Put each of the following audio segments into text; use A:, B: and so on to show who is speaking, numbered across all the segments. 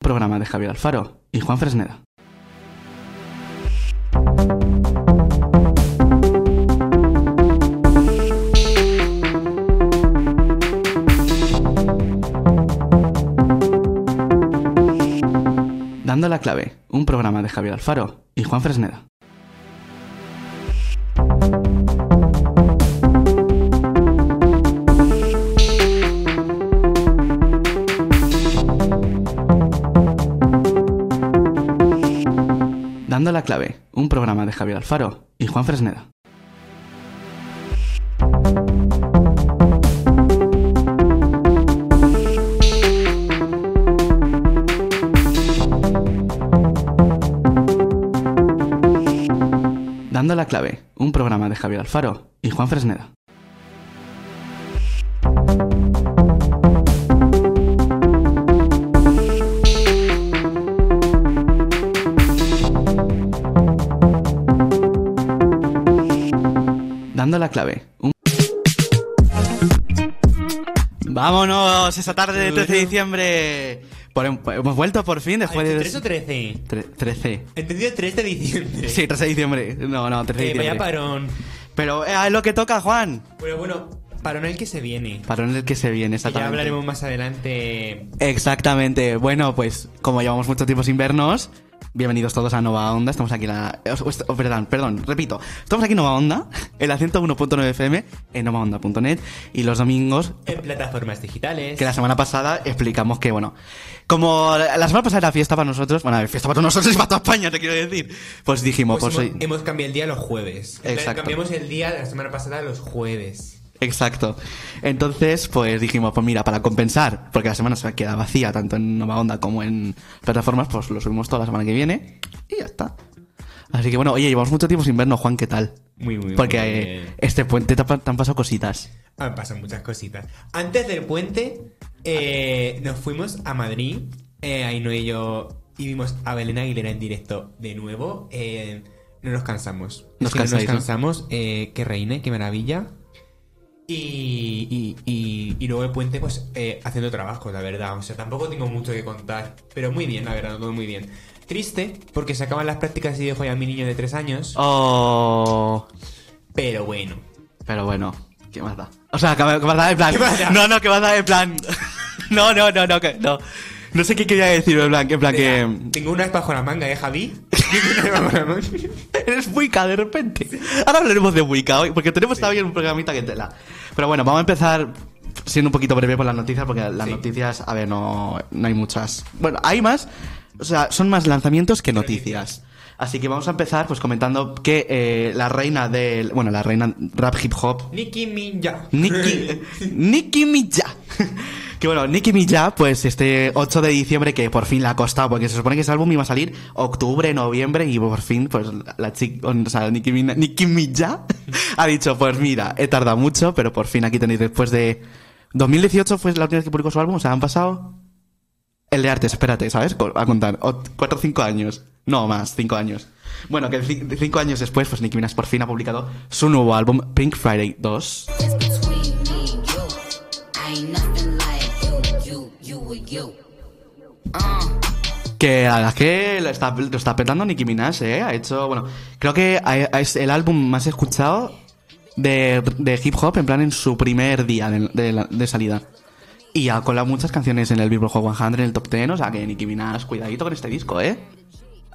A: programa de Javier Alfaro y Juan Fresneda. Dando la clave, un programa de Javier Alfaro y Juan Fresneda. Dando la clave, un programa de Javier Alfaro y Juan Fresneda. Dando la clave, un programa de Javier Alfaro y Juan Fresneda. Dando la clave, un... Vámonos esa tarde de 13 de diciembre. Por- em, hemos vuelto por fin después de...
B: 3 o 13.
A: Tre- 13.
B: Entendido 3 de diciembre.
A: Sí, 13 de diciembre. No, no, 13 de
B: Eh, vaya
A: diciembre.
B: parón.
A: Pero eh, es lo que toca, Juan.
B: Bueno, bueno, parón el que se viene.
A: Para el que se viene,
B: Que
A: exactamente.
B: ya hablaremos más adelante.
A: Exactamente. Bueno, pues como llevamos mucho tiempo sin vernos, bienvenidos todos a Nova Onda. Estamos aquí en la... eh, os- oh, Perdón, perdón, repito. Estamos aquí en Nova Onda, en la 101.9 FM, en novaonda.net. Y los domingos
B: En plataformas digitales.
A: que la semana pasada explicamos que, bueno, como la semana pasada era fiesta para nosotros, bueno, fiesta para todos nosotros y para toda España, te quiero decir, pues dijimos,
B: Pues
A: pues,
B: hemos,
A: hoy-
B: hemos cambiado el día a los jueves. En plan,
A: Exacto.
B: Cambiamos el día la semana pasada a los jueves.
A: Exacto. Entonces, pues dijimos, pues mira, para compensar, porque la semana se queda vacía tanto en Nova Onda como en plataformas, pues lo subimos toda la semana que viene y ya está. Así que bueno, oye, llevamos mucho tiempo sin vernos, Juan, ¿qué tal?
B: Muy, muy,
A: Porque
B: muy
A: eh,
B: bien.
A: este puente te, ha pa- te han pasado cositas.
B: Ah, pasan muchas cositas. Antes del puente, eh, nos fuimos a Madrid. Eh, Ainhoa y yo. Y vimos a Belén Aguilera en directo de nuevo. Eh, no nos cansamos.
A: Nos
B: Es que no
A: cansáis, ¿no?
B: cansamos. eh, que reine, que maravilla. Y, y, y- y luego el puente, pues eh, haciendo trabajo, la verdad. O sea, tampoco tengo mucho que contar. Pero muy bien, la verdad, todo muy bien. Triste, porque se acaban las prácticas y dejo ya a mi niño de tres años.
A: Oh,
B: Pero bueno.
A: pero bueno, ¿qué más da? O sea, ¿qué más da? En plan,
B: ¿Qué más da?
A: no, no, ¿qué más da? En plan, no, no, no, no, que- no. No sé qué quería decir, en plan, que- en plan
B: Venga,
A: que...
B: Tengo una bajo la manga, ¿eh, Javi? Tengo una bajo la manga.
A: Eres Wicca de repente. Ahora hablaremos de Wicca hoy, porque tenemos también un programita que tela. Pero bueno, vamos a empezar siendo un poquito breve por las noticias, porque las
B: Sí.
A: noticias, a ver, no, no hay muchas. Bueno, hay más, o sea, son más lanzamientos que noticias. Así que vamos a empezar pues comentando que eh, la reina del. Bueno, la reina rap hip hop,
B: Nicki Minja.
A: Nicki, Nicki Minaj. Que bueno, Nicki Minaj, pues este 8 de diciembre que por fin la ha costado, porque se supone que ese álbum iba a salir octubre, noviembre y por fin, pues la chica, o sea, Nicki, Mina- Nicki Minaj ha dicho, pues mira, he tardado mucho, pero por fin aquí tenéis después de... 2018 fue la última vez que publicó su álbum, o sea, han pasado... El de artes, espérate, ¿sabes? Co- A contar. 4 o 5 años. No, más, 5 años. Bueno, que 5 años después, pues Nicki Minaj por fin ha publicado su nuevo álbum, Pink Friday 2.
C: It's between me and you. I ain't nothing like you, you, you or you.
A: Que la verdad es que lo está, lo está petando Nicki Minaj, ¿eh? Ha hecho, bueno, creo que ha- es el álbum más escuchado de, de hip hop, en plan en su primer día de, de la- de salida. Y ha colado muchas canciones en el Billboard Hot 100, en el Top 10, o sea que Nicki Minaj, cuidadito con este disco, ¿eh?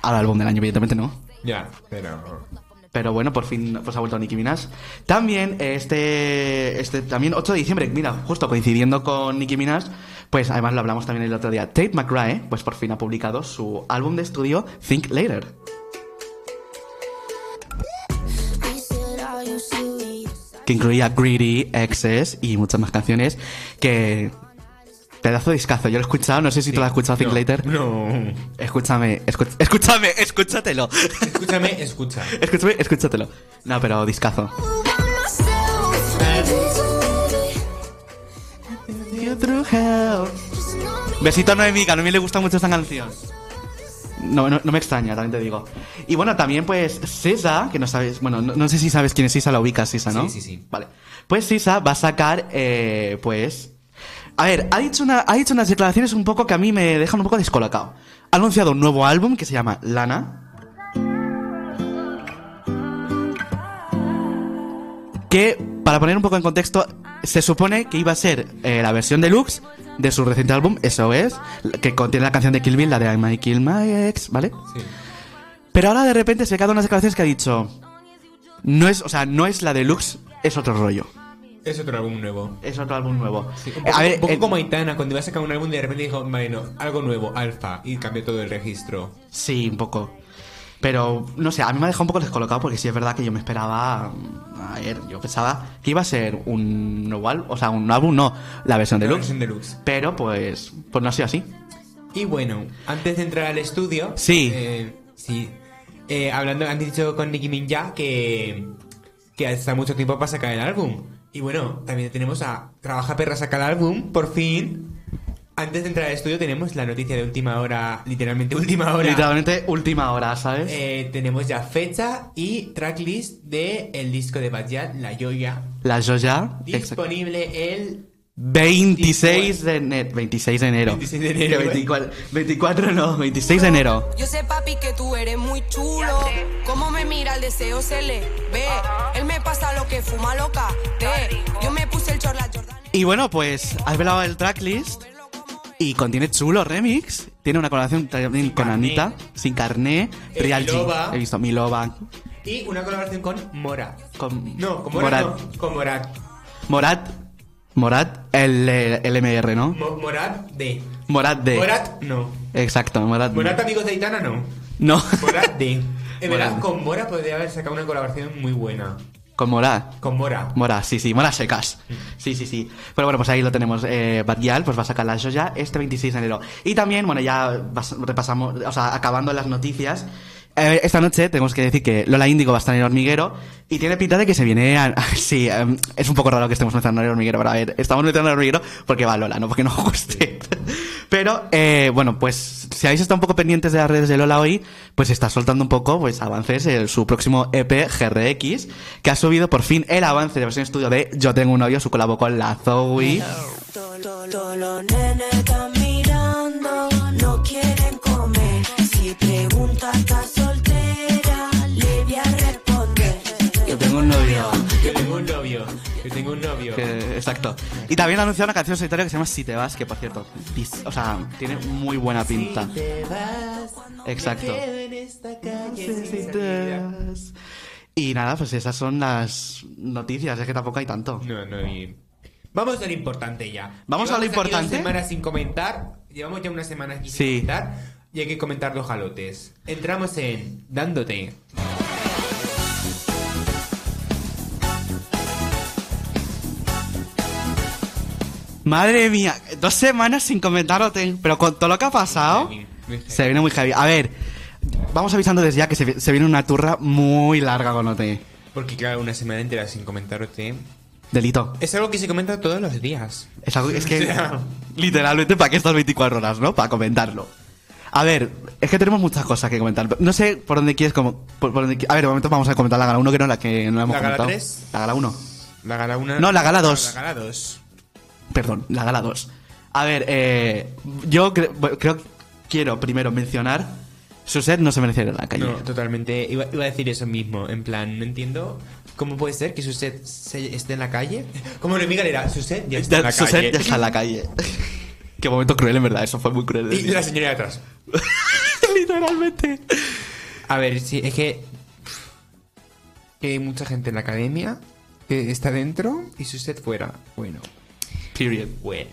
A: Al álbum del año, evidentemente no.
B: Ya, pero.
A: Pero bueno, por fin pues ha vuelto Nicki Minaj. También eh, este, este también 8 de diciembre, mira, justo coincidiendo con Nicki Minaj, pues además lo hablamos también el otro día. Tate McRae, pues por fin ha publicado su álbum de estudio Think Later.
C: I said, are you serious?
A: que incluía Greedy, Excess y muchas más canciones que pedazo de discazo. Yo lo he escuchado, no sé si tú lo has escuchado Think
B: No,
A: Later.
B: No.
A: Escúchame, escu- escúchame, escúchatelo.
B: Escúchame, escucha.
A: escúchame, escúchatelo. No, pero discazo. Besito a Noemí, que a Noemí le gusta mucho esta canción. No, no, no me extraña, también te digo. Y bueno, también pues Sisa, que no sabes, bueno, no, no sé si sabes quién es Sisa, la ubicas Sisa, ¿no?
B: Sí, sí, sí.
A: Vale. Pues Sisa va a sacar, eh, pues, A ver, ha dicho, una, ha dicho unas declaraciones un poco que a mí me dejan un poco descolocado. Ha anunciado un nuevo álbum que se llama Lana. Que, para poner un poco en contexto, se supone que iba a ser eh, la versión deluxe de su reciente álbum, eso es, que contiene la canción de Kill Bill, la de I Might Kill My Ex, ¿vale?
B: Sí.
A: Pero ahora de repente se quedan unas declaraciones que ha dicho. No es, o sea, no es la deluxe, es otro rollo.
B: Es otro álbum nuevo.
A: Es otro álbum nuevo.
B: un
A: Eh,
B: poco,
A: a ver,
B: un poco
A: eh,
B: como Aitana, cuando iba a sacar un álbum de repente dijo, bueno, algo nuevo, alfa, y cambió todo el registro.
A: sí, un poco. Pero no sé, a mí me ha dejado un poco descolocado porque sí es verdad que yo me esperaba. mm, A ver, yo pensaba que iba a ser un nuevo álbum, o sea, un álbum, no, la versión
B: La
A: deluxe.
B: versión deluxe.
A: Pero pues, pues no ha sido así.
B: Y bueno, antes de entrar al estudio.
A: Sí.
B: eh, sí. Eh, hablando, han dicho con Nicki Minaj que. que está mucho tiempo para sacar el álbum. Y bueno, también tenemos a Trabaja Perra saca el álbum, por fin. Antes de entrar al estudio, tenemos la noticia de última hora, literalmente última hora.
A: Literalmente, última hora, ¿sabes?
B: Eh, tenemos ya fecha y tracklist de el disco de Bad La Yoya,
A: la Joya. exacto.
B: disponible el
A: 26 de, ene- 26 de enero.
B: 26 de enero, ¿eh?
A: 24, 24 no, 26 de enero.
D: Yo sé, papi, que tú eres muy chulo. Como me mira, el deseo se le ve. Él me pasa lo que fuma loca. Te. Yo me puse el chorla Jordan.
A: Y bueno, pues has velado el tracklist y contiene chulo remix. Tiene una colaboración también con
B: Carné.
A: Anita, sin carné,
B: Eh,
A: Real
B: Milova.
A: G. He visto Milova.
B: y una colaboración con Mora.
A: Con
B: No, con Mora,
A: Morat.
B: no, con Morat.
A: Morat. Morat, el, eh, LMR, ¿no?
B: Mo- Morat D.
A: Morat de.
B: Morat no.
A: Exacto, Morat de.
B: Morat amigos de Aitana no.
A: No,
B: Morat D. En verdad,
A: Morat.
B: con Mora podría haber sacado una colaboración muy buena.
A: con Morat.
B: Con Mora.
A: Mora, sí, sí, Mora secas. Sí, sí, sí. Pero bueno, pues ahí lo tenemos. Eh, Bad Gyal, pues va a sacar la ya este 26 de enero. Y también, bueno, ya vas- repasamos, o sea, acabando las noticias. eh, esta noche tenemos que decir que Lola Índigo va a estar en el hormiguero y tiene pinta de que se viene a... Sí, em, es un poco raro que estemos mencionando el hormiguero, pero a ver, estamos mencionando el hormiguero porque va Lola, no porque no guste. Pero, eh, bueno, pues si habéis estado un poco pendientes de las redes de Lola hoy, pues está soltando un poco pues avances en su próximo E EP GRX, que ha subido por fin el avance de versión estudio de Yo tengo un novio, su colabo con la Zoe.
E: Todos los nenes están mirando, no quieren comer. Si pregunta ¿estás soltera, le voy a responder.
A: Yo tengo un novio.
B: Yo tengo un novio. Yo tengo un novio.
A: exacto. Y también ha anunciado una canción solitaria que se llama Si te vas, que por cierto, dis- o sea, tiene muy buena pinta. Exacto. Si te vas. Y nada, pues esas son las noticias, es que tampoco hay tanto.
B: No, no, y... Vamos a lo importante ya.
A: Vamos a lo
B: Llevamos aquí
A: importante.
B: Dos semanas sin comentar. Llevamos ya una semana aquí sin
A: Sí.
B: comentar. Y hay que comentar los jalotes. Entramos en Dándote.
A: Madre mía, dos semanas sin comentarote, pero con todo lo que ha pasado,
B: Muy heavy, muy heavy.
A: se viene muy heavy. A ver, vamos avisando desde ya que se, vi- se viene una turra muy larga con OT.
B: Porque claro, una semana entera sin comentarte.
A: Delito.
B: Es algo que se comenta todos los días.
A: Es, algo- es que,
B: sea.
A: literalmente, ¿para qué estas 24 horas, no? Para comentarlo. A ver, es que tenemos muchas cosas que comentar. No sé por dónde quieres como... por- por dónde qui- a ver, de momento vamos a comentar la gala 1, que no la que no la hemos
B: ¿La gala
A: comentado.
B: tres?
A: La gala 1.
B: La gala 1.
A: No, la gala dos.
B: La gala 2.
A: Perdón, la gala 2. A ver, eh, yo cre- bueno, creo quiero primero mencionar Suset no se merece ir a la calle.
B: No, totalmente. Iba, iba a decir eso mismo. En plan, no entiendo cómo puede ser que su set se- esté en la calle. Como enemiga era, su set ya está en la
A: Suset
B: calle.
A: ya está en la calle. Qué momento cruel, en verdad, eso fue muy cruel. de
B: Y
A: mí.
B: la señora de atrás.
A: Literalmente.
B: A ver, sí, es que. Que hay mucha gente en la academia que está dentro y su set fuera. Bueno.
A: Period.
B: Bueno.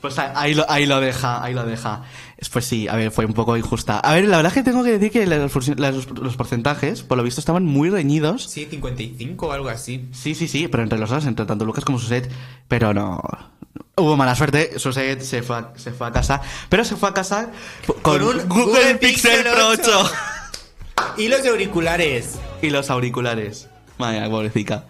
A: Pues a- ahí lo, ahí lo deja, ahí lo deja. Es- Pues sí, a ver, fue un poco injusta. A ver, la verdad es que tengo que decir que las funci- las- los, porcentajes, por lo visto, estaban muy reñidos.
B: Sí, 55 o algo así.
A: Sí, sí, sí, pero entre los dos, entre tanto Lucas como Suset, pero no. Hubo mala suerte, Suset se fue a, se fue a casa, pero se fue a casa con,
B: un
A: Google,
B: Google
A: Pixel
B: Pixel
A: Pro 8
B: 8. Y los auriculares.
A: y los auriculares. Madre mía, pobrecca.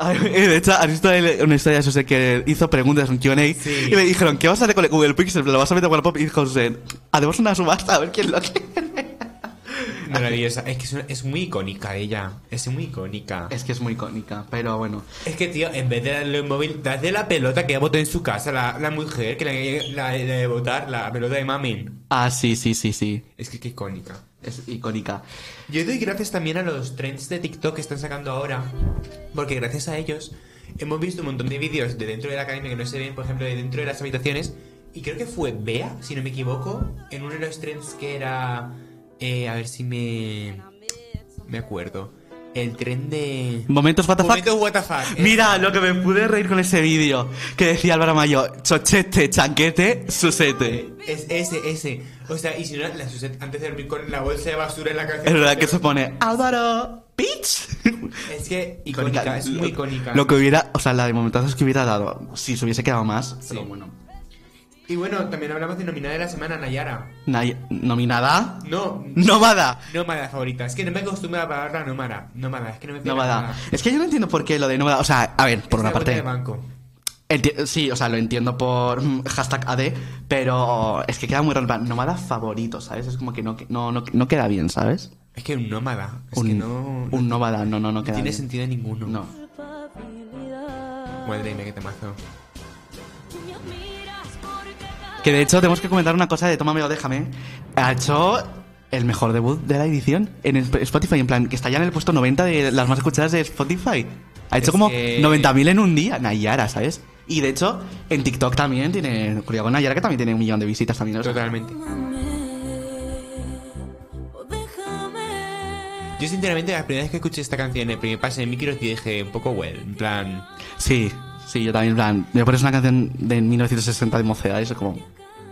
A: Ay, eh, De hecho, has visto el- una historia de Suset que hizo preguntas en QA
B: Sí.
A: y le dijeron: ¿Qué vas a hacer con el Google Pixel? ¿Lo vas a meter a Wallapop? Y dijo Suset: Hacemos una subasta a ver quién lo quiere.
B: Maravillosa. Es que es, una- es muy icónica ella. Es muy icónica.
A: Es que es muy icónica, pero bueno.
B: Es que, tío, en vez de darle un móvil, de la pelota que ya votó en su casa la, la mujer, que la, la, la de votar, la pelota de mami.
A: Ah, sí, sí, sí, sí.
B: Es que qué icónica.
A: Es icónica.
B: Yo doy gracias también a los trends de TikTok que están sacando ahora, porque gracias a ellos hemos visto un montón de vídeos de dentro de la academia que no se ven, por ejemplo, de dentro de las habitaciones. Y creo que fue Bea, si no me equivoco, en uno de los trends que era. eh, a ver si me. Me acuerdo. El tren de.
A: Momentos what the fuck.
B: Momentos what the fuck.
A: Mira lo que me pude reír con ese vídeo que decía Álvaro Mayo, chochete, chanquete, susete.
B: Es ese, ese. O sea, y si no, la Suzette antes de dormir con la bolsa de basura en la cabeza.
A: Es verdad que se pone Álvaro, bitch.
B: Es que icónica, es muy
A: Lo-
B: icónica.
A: Lo que hubiera, o sea, la de momentazos que hubiera dado, si se hubiese quedado más, pero bueno.
B: Y bueno, también hablamos de nominada de la semana, Nayara.
A: Nay- nominada,
B: No,
A: nómada.
B: nómada favorita. Es que no me acostumbro a la palabra nómada. Nómada, es que no me pega
A: Nómada.
B: nada.
A: Es que yo no entiendo por qué lo de nómada, o sea, a ver, por
B: Es
A: una
B: la cuenta de
A: parte,
B: banco.
A: enti- sí, o sea, lo entiendo por mm, hashtag AD, pero es que queda muy raro, en plan, nómada favorito, ¿sabes? Es como que no, no, no, no queda bien, ¿sabes?
B: Es que un nómada. Es
A: un,
B: que no.
A: un nómada, no, no, no
B: no
A: queda
B: tiene
A: bien.
B: sentido ninguno.
A: No.
B: Madre mía, qué temazo.
A: Que de hecho tenemos que comentar una cosa de Tómame o déjame. Ha hecho el mejor debut de la edición en el- Spotify, en plan, que está ya en el puesto 90 de las más escuchadas de Spotify. Ha hecho
B: Es
A: como
B: que-
A: 90.000 en un día, Nayara, ¿sabes? Y de hecho, en TikTok también tiene, cuidado con Nayara, que también tiene un millón de visitas también. o sea,
B: Totalmente.
E: O déjame.
B: Yo, sinceramente, la primera vez que escuché esta canción en el primer pase de micro, dije un poco well. En plan.
A: Sí, sí, yo también, en plan, me pones una canción de 1960 de mocedad y eso como,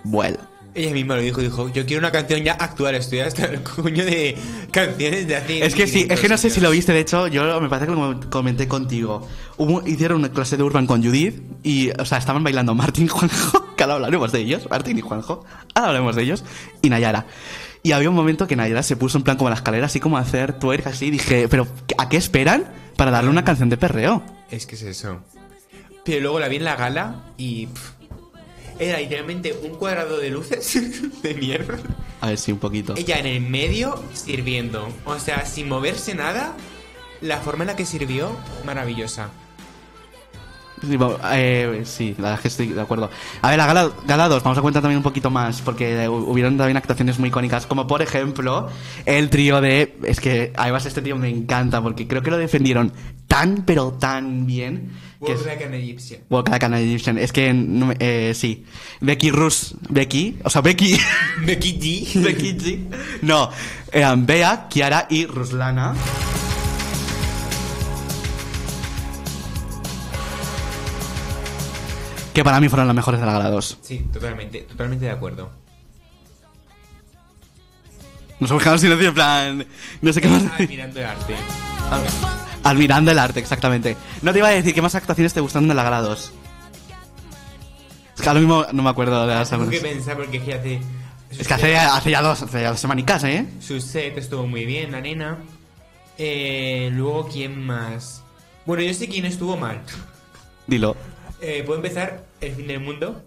A: bueno.
B: Ella misma lo dijo, dijo, yo quiero una canción ya actual, estoy hasta el coño de canciones de hace...
A: Es que sí, es que no sé si
B: 500
A: lo
B: años".
A: viste, de hecho, yo me parece que lo comenté contigo. Hubo- hicieron una clase de Urban con Judith y, o sea, estaban bailando Martín y Juanjo, que ahora hablaremos de ellos, Martín y Juanjo, ahora hablaremos de ellos, y Nayara. Y había un momento que Nayara se puso en plan como a la escalera, así como a hacer twerk, así, y dije, pero ¿a qué esperan para darle una canción de perreo?
B: Es que es eso. Pero luego la vi en la gala y... pff, era literalmente un cuadrado de luces de mierda.
A: A ver, sí, un poquito.
B: Ella en el medio sirviendo. O sea, sin moverse nada, la forma en la que sirvió, maravillosa.
A: Sí, va- eh, sí, la verdad es que estoy de acuerdo. A ver, la gala, gala 2, vamos a contar también un poquito más, porque hu- hubieron también actuaciones muy icónicas, como por ejemplo el trío de... Es que además este tío me encanta, porque creo que lo defendieron tan, pero tan bien. Que
B: Walk
A: es,
B: like an Egyptian.
A: Walk Like an Egyptian. Es que, no me- eh, sí. Becky Rus. Becky. O sea, Becky.
B: Becky G.
A: Becky G. No. Eran Bea, Kiara y Ruslana. Que para mí fueron las mejores de la gala 2.
B: Sí, totalmente, totalmente de acuerdo.
A: Nos hemos quedado sin decir, en plan. No sé qué más
B: Estaba
A: decir.
B: mirando el arte.
A: Admirando el arte, exactamente. No te iba a decir qué más actuaciones te gustaron de la gala 2. Es que ahora mismo no me acuerdo de las
B: Tengo que
A: algunas.
B: pensar porque es que hace...
A: Es que hace ya, hace ya dos, hace ya dos semanicas, ¿eh?
B: Su set estuvo muy bien, la nena. Eh, luego, ¿quién más? Bueno, yo sé quién estuvo mal.
A: Dilo.
B: Eh, ¿Puedo empezar? El fin del mundo.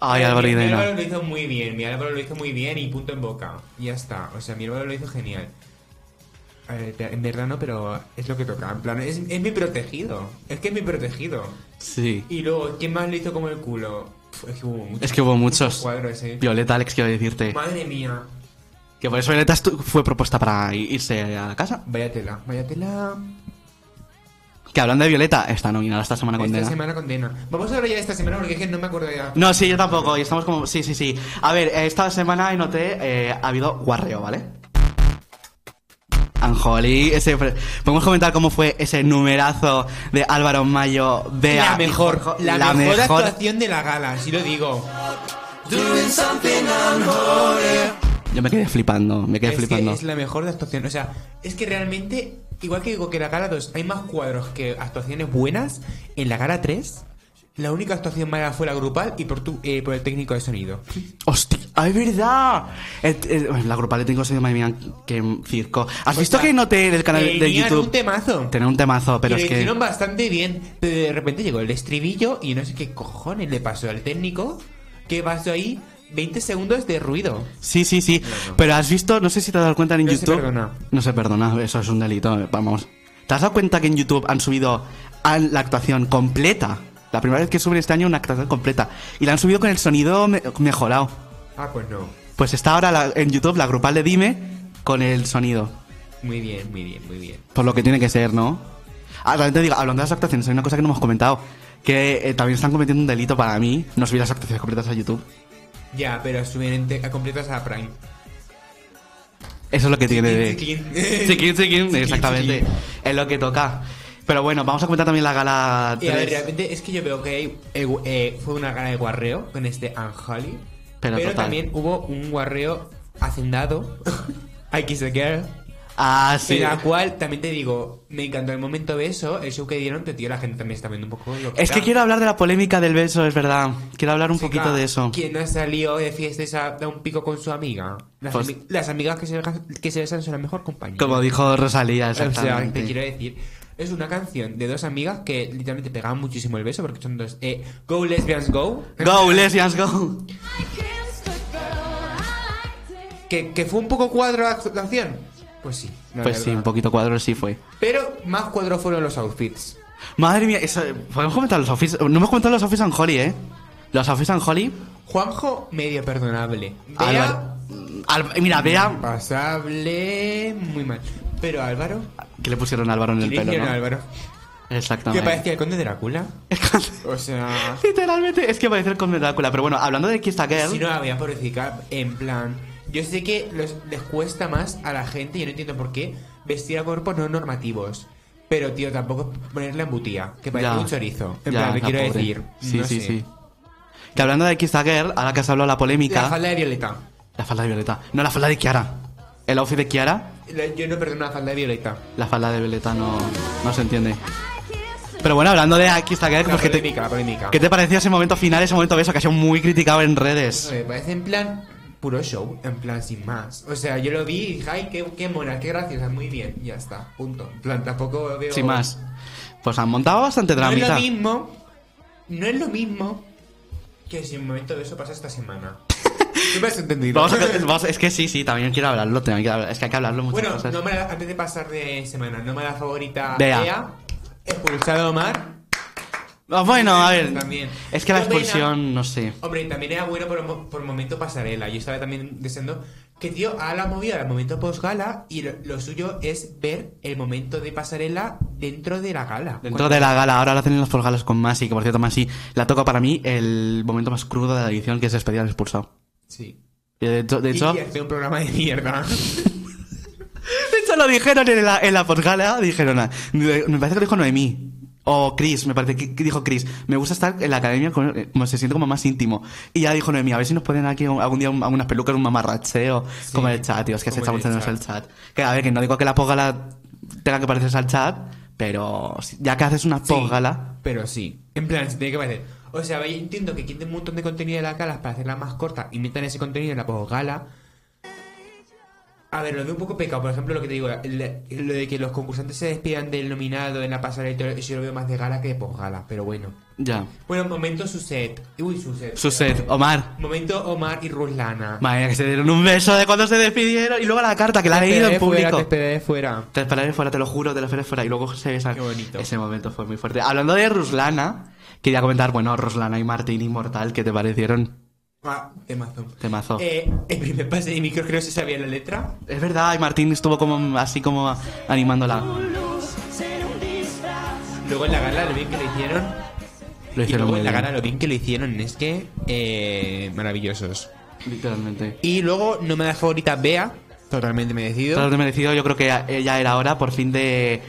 A: Ay,
B: Eh,
A: Álvaro
B: mi-
A: y
B: mi
A: Dena.
B: Álvaro lo hizo muy bien, mi Álvaro lo hizo muy bien y punto en boca. Y ya está. O sea, mi Álvaro lo hizo genial. A ver, en verdad no, pero es lo que toca. En plan, es, es mi protegido. Es que es mi protegido.
A: Sí.
B: Y luego, ¿quién más lo hizo como el culo? Pf, es que hubo muchos.
A: Es que hubo muchos.
B: Cuadro ese.
A: Violeta, Alex, quiero decirte.
B: Madre mía.
A: Que por eso Violeta estu- fue propuesta para i- irse a la casa.
B: Vaya tela, vaya tela.
A: Que hablando de Violeta, está nominada esta semana con
B: esta
A: Dena.
B: semana condena. Vamos a hablar ya de esta semana porque es que no me acuerdo ya.
A: No, sí, yo tampoco. Y estamos como. Sí, sí, sí. A ver, eh, esta semana en OT eh, ha habido guarreo, ¿vale? Anjoli, ese. pre- Podemos comentar cómo fue ese numerazo de Álvaro Mayo, Bea.
B: la
A: y
B: mejor,
A: Jorge-
B: la, mejor, actuación de la gala, si lo digo.
A: Yo me quedé flipando, me quedé
B: es
A: flipando.
B: que es la mejor de actuación. O sea, es que realmente, igual que digo que en la gala 2 hay más cuadros que actuaciones buenas, en la gala 3 la única actuación mala fue la grupal y por, tu, eh, por el técnico de sonido.
A: Hostia, ah, es verdad. Eh, eh, bueno, la grupal de tengo soy madre mía, que circo. ¿Has visto que noté del canal de
B: Tenían
A: YouTube?
B: Eh, un temazo.
A: Tener un temazo, pero
B: y
A: es
B: lo
A: que.
B: hicieron bastante bien, pero de repente llegó el estribillo y no sé qué cojones le pasó al técnico, qué pasó ahí, 20 segundos de ruido.
A: Sí, sí, sí. Pero has visto, no sé si te has dado cuenta en
B: No se
A: YouTube.
B: perdona.
A: No se perdona, eso es un delito, eh, vamos. ¿Te has dado cuenta que en YouTube han subido a la actuación completa? La primera vez que suben este año una actuación completa. Y la han subido con el sonido me- mejorado.
B: Ah, pues no.
A: Pues está ahora la- en YouTube la grupal de Dime con el sonido.
B: Muy bien, muy bien, muy bien.
A: Por lo que tiene que ser, ¿no? Ah, también te digo, hablando de las actuaciones, hay una cosa que no hemos comentado. Que eh, también están cometiendo un delito para mí, no subir las actuaciones completas a YouTube.
B: Ya, pero suben ente- a completas a Prime.
A: Eso es lo que tiene de...
B: Chiquín,
A: Chiquín, chiquín,
B: Chiquín,
A: exactamente.
B: chiquín.
A: Es lo que toca. Pero bueno, vamos a comentar también la gala
B: Y a ver,
A: tres.
B: realmente es que yo veo que hay, eh, gu- eh, fue una gana de guarreo con este Anjali.
A: Pero
B: Pero,
A: total.
B: también hubo un guarreo hacendado. I Kiss a Girl.
A: Ah, sí.
B: En la cual, también te digo, me encantó el momento de eso, el show que dieron, pero tío, la gente también está viendo un poco lo
A: Es que quiero hablar de la polémica del beso, es verdad. Quiero hablar un poquito de eso.
B: ¿Quién ha salido de fiesta y se ha dado un pico con su amiga? Las,
A: Pues-
B: ami- las amigas que se, besan, que se besan son la mejor compañía.
A: Como dijo Rosalía,
B: O sea, te quiero
A: exactamente.
B: decir, es una canción de dos amigas que literalmente pegaban muchísimo el beso porque son dos. eh, go Lesbians Go.
A: Go, lesbians, go.
B: Que, que fue un poco cuadro la actuación. Pues sí. la
A: Pues sí,
B: verdad.
A: un poquito cuadro sí fue.
B: Pero más cuadro fueron los outfits.
A: Madre mía, eso- podemos comentar los outfits. No hemos comentado los outfits and Holly, ¿eh? Los outfits and Holly.
B: Juanjo, medio perdonable.
A: Álvaro-
B: Bea,
A: Al- mira, vea
B: pasable, muy mal. Pero Álvaro,
A: que le pusieron a Álvaro en
B: ¿qué
A: el
B: le
A: pelo,
B: hicieron a
A: ¿no?
B: Álvaro? Que
A: Exactamente.
B: parecía el conde Drácula. O sea,
A: Literalmente, es que parece el conde Drácula. Pero bueno, hablando de Kiss the Girl.
B: si no la voy a pobrecita, en plan. Yo sé que los- les cuesta más a la gente, yo no entiendo por qué, vestir a cuerpos no normativos. Pero, tío, tampoco ponerla en butía, que parece
A: Ya.
B: un chorizo. En
A: Ya,
B: plan, me
A: la
B: quiero
A: pobre.
B: decir.
A: Sí,
B: no
A: sí,
B: sé.
A: sí. Que hablando de Kiss the Girl, ahora que has hablado de la polémica.
B: La falda de Violeta.
A: la falda de Violeta. No, la falda de Kiara. El outfit de Kiara,
B: La- Yo no perdono la falda de Violeta.
A: la falda de Violeta no, no se entiende. Pero bueno, hablando de Kiss the Girl,
B: La
A: pues, ¿qué, te,
B: polémica, la polémica.
A: ¿qué te pareció ese momento final, ese momento beso que ha sido muy criticado en redes?
B: Me parece en plan puro show, en plan sin más. O sea, yo lo vi y dije, ay, qué, qué mona, qué graciosa, muy bien, y ya está, punto. En plan, tampoco veo...
A: Sin más. Pues han montado bastante
B: No es lo
A: dramita.
B: mismo, no es lo mismo que si un momento de eso pasa esta semana. ¿Tú me has entendido?
A: Vamos a- vamos a- es que sí, sí, también quiero hablarlo. también quiero hablar- es que hay que hablarlo muchas
B: bueno,
A: cosas.
B: no me la- antes de pasar de semana, no me la favorita
A: Bea.
B: Bea, expulsado Omar.
A: Ah, Bueno, a ver.
B: También.
A: Es que la
B: Qué pena.
A: expulsión, no sé.
B: Hombre, y también era bueno por, el mo- por el momento pasarela. Yo estaba también deseando que, tío, a la movida al momento post-gala y lo, lo suyo es ver el momento de pasarela dentro de la gala.
A: Dentro de la gala, ahora la tienen los galas con Masi, que por cierto, Masi la toca para mí el momento más crudo de la edición, que es despedir al expulsado.
B: Sí.
A: Y De hecho, de
B: Y
A: hecho,
B: hace un programa de mierda.
A: de hecho lo dijeron en la, en la postgala, dijeron, ah, me parece que lo dijo Noemí, o Chris, me parece que que dijo Chris, me gusta estar en la academia, con- eh, como se siente como más íntimo. Y ya dijo Noemí, a ver si nos ponen aquí un- algún día un- algunas pelucas, un mamarracheo, como en el chat, tío, es que se
B: como
A: está
B: en el
A: montando el
B: chat.
A: chat. Que a ver, que no digo que la postgala tenga que parecerse al chat, pero si- ya que haces una
B: Sí,
A: postgala...
B: Pero sí. En plan, se tiene que parecer. O sea, yo entiendo que quiten un montón de contenido de la gala para hacerla más corta y metan ese contenido en la postgala. A ver, lo veo un poco pecado. Por ejemplo, lo que te digo, el- lo de que los concursantes se despidan del nominado en la pasarela y todo, eso yo lo veo más de gala que de postgala, pero bueno.
A: Ya.
B: Bueno, momento Suset. Uy, Suset.
A: Suset, Omar.
B: Momento Omar y Ruslana.
A: Madre mía, que se dieron un beso de cuando se despidieron. Y luego la carta que la ha
B: Te
A: leído en
B: esperaré fuera,
A: público.
B: Te esperaré fuera.
A: Te esperaré fuera, te lo juro, te lo esperaré fuera. Y luego se besan.
B: Qué bonito.
A: Ese momento fue muy fuerte. Hablando de Ruslana, quería comentar, bueno, Ruslana y Martín Inmortal, ¿qué te parecieron?
B: Ah, temazo.
A: Temazo.
B: Eh, el primer pase de micro creo que se sabía la letra.
A: Es verdad, y Martín estuvo como así como animándola.
B: Luego en la gala lo bien que lo hicieron.
A: Lo
B: y
A: hicieron
B: luego
A: muy
B: en la
A: bien.
B: gala lo bien que lo hicieron es que eh, maravillosos.
A: Literalmente.
B: Y luego no me da favorita Bea, totalmente merecido.
A: Todo lo merecido, yo creo que ya- ya era hora por fin de.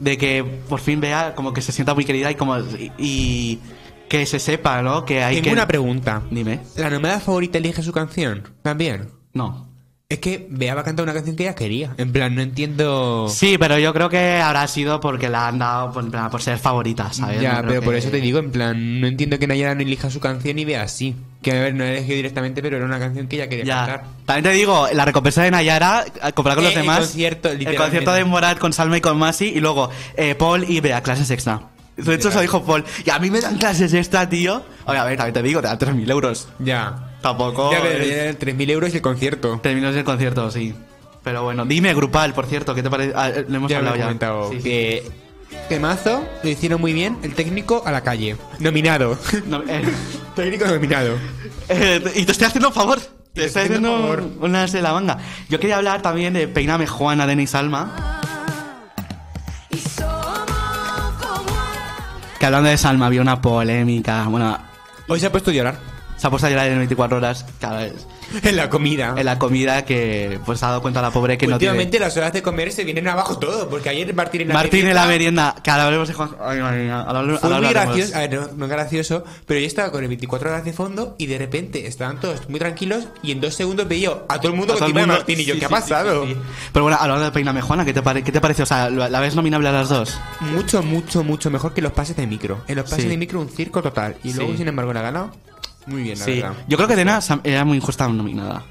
A: de que por fin vea como que se sienta muy querida y como. y, y que se sepa, ¿no? Que hay
B: Tengo una
A: que.
B: pregunta.
A: Dime.
B: ¿La nomada favorita elige su canción? También.
A: No.
B: Es que Bea va a cantar una canción que ella quería. En plan, no entiendo.
A: Sí, pero yo creo que habrá sido porque la han dado por, en plan, por ser favorita, ¿sabes?
B: Ya,
A: No creo
B: pero por
A: que-
B: eso te digo, en plan, no entiendo que Nayara no elija su canción y vea así. Que a ver, no la eligió directamente, pero era una canción que ella quería
A: Ya.
B: cantar.
A: También te digo, la recompensa de Nayara, eh, comparada con
B: Eh,
A: los
B: el
A: demás.
B: concierto,
A: el
B: literalmente.
A: concierto de Morat con Salma y con Masi, y luego eh, Paul y Bea, clases extra. De hecho, eso
B: Literal.
A: dijo Paul. Y a mí me dan clases extra, tío. Oye, a ver, también te digo, te dan 3.000 euros.
B: Ya.
A: Tampoco.
B: Ya, pero
A: Oh, es-
B: eran 3.000 euros el concierto.
A: Terminó el concierto, sí. Pero bueno, dime, grupal, por cierto, ¿qué te parece? Ah, eh, lo hemos
B: Ya lo
A: hablado
B: he
A: ya.
B: comentado.
A: Sí, sí.
B: que Temazo, lo hicieron muy bien. El técnico a la calle. Nominado.
A: No, eh,
B: técnico nominado.
A: eh, y te estoy haciendo un favor. Te estoy
B: haciendo
A: haciendo
B: un favor.
A: un- una de la manga. Yo quería hablar también de Peiname Juana, Denis Alma. Que hablando de Salma había una polémica. Bueno,
B: Hoy se ha puesto a llorar.
A: se ha puesto a llorar en 24 horas cada vez.
B: En la comida.
A: En la comida que pues ha dado cuenta la pobre que no tiene.
B: Ah. Últimamente las horas de comer se vienen abajo todo, porque ayer Martín en la
A: Martín en
B: merienda
A: la merienda. Que ahora hablemos de Juan. Ay, madre mía, ahora habl-
B: Fue
A: ahora
B: muy
A: hablaremos.
B: gracioso, a ver, no, no gracioso, pero yo estaba con el 24 horas de fondo y de repente estaban todos muy tranquilos y en dos segundos veía a todo el mundo
A: A todo
B: con
A: el
B: encima de
A: mundo.
B: Martín y yo,
A: Sí,
B: ¿qué ha
A: sí, sí,
B: pasado?
A: sí, sí. Pero bueno, hablando de Peiname Juana, ¿qué te, pare- qué te parece? O sea, ¿la la ves nominable a las dos?
B: Mucho, mucho, mucho mejor que los pases de micro. En los pases
A: Sí.
B: de micro un circo total y luego,
A: Sí.
B: sin embargo, la ha ganado muy bien, la verdad.
A: Yo creo que Dena Sam- era muy injusta nominada.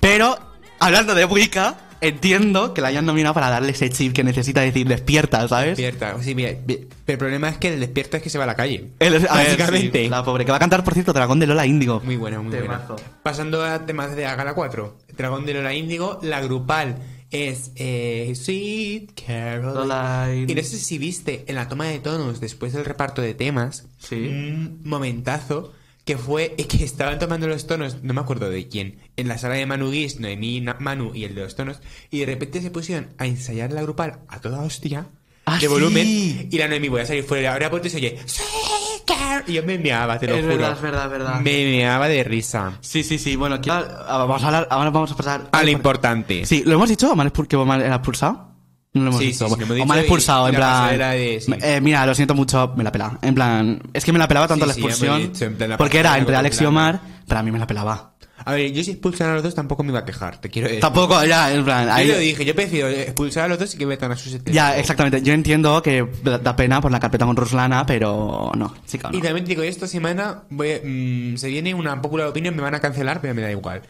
A: Pero, hablando de Wicca, entiendo que la hayan nominado para darle ese chip que necesita decir despierta, ¿sabes?
B: Despierta, sí, mira, vi- pero el problema es que el despierta es que se va a la calle.
A: El- a ver,
B: básicamente.
A: sí, la pobre, que va a cantar, por cierto, Dragón de Lola Índigo.
B: Muy buena, muy
A: Temazo.
B: buena. Pasando a temas de Agala 4. Dragón de Lola Índigo, la grupal es eh, Sweet Caroline.
A: Caroline.
B: Y no sé si viste en la toma de tonos después del reparto de temas
A: Sí.
B: un momentazo que fue que estaban tomando los tonos, no me acuerdo de quién, en la sala de Manu Guis, Noemí, Na- Manu y el de los tonos, y de repente se pusieron a ensayar la grupal a toda hostia.
A: Ah,
B: de volumen
A: sí.
B: y la Noemí voy a salir fuera ahora por ti se oye "Sweet Carol". y yo me meaba te lo
A: Es
B: juro
A: verdad, es verdad, es verdad.
B: me meaba de risa
A: Sí, sí, sí. Bueno, aquí- ah, ah, vamos a hablar, ahora vamos a pasar
B: a lo importante.
A: Sí, ¿lo hemos dicho? ¿Omar es porque Omar era expulsado? No lo hemos
B: Sí,
A: dicho.
B: sí, sí, lo hemos
A: Omar
B: dicho y-
A: expulsado,
B: y
A: en
B: la
A: plan.
B: pasarela de- sí.
A: eh, mira, lo siento mucho, me la pelaba. En plan, es que me la pelaba tanto
B: Sí,
A: la
B: sí, ya me lo he
A: expulsión.
B: dicho, en plan, la
A: porque era
B: pasarela
A: entre
B: con
A: Alex y
B: Lana.
A: Omar, pero a mí me la pelaba.
B: A ver, yo si expulsan a los dos tampoco me iba a quejar, te quiero decir.
A: Tampoco, ya, en plan.
B: Yo
A: ahí-
B: te lo dije, yo prefiero expulsar a los dos y que metan a sus setenta.
A: ya, exactamente. Yo entiendo que da da pena por la carpeta con Ruslana, pero no, chica, no.
B: Y también te digo, esta semana voy a- mm, se viene una popular opinion, me van a cancelar, pero me da igual.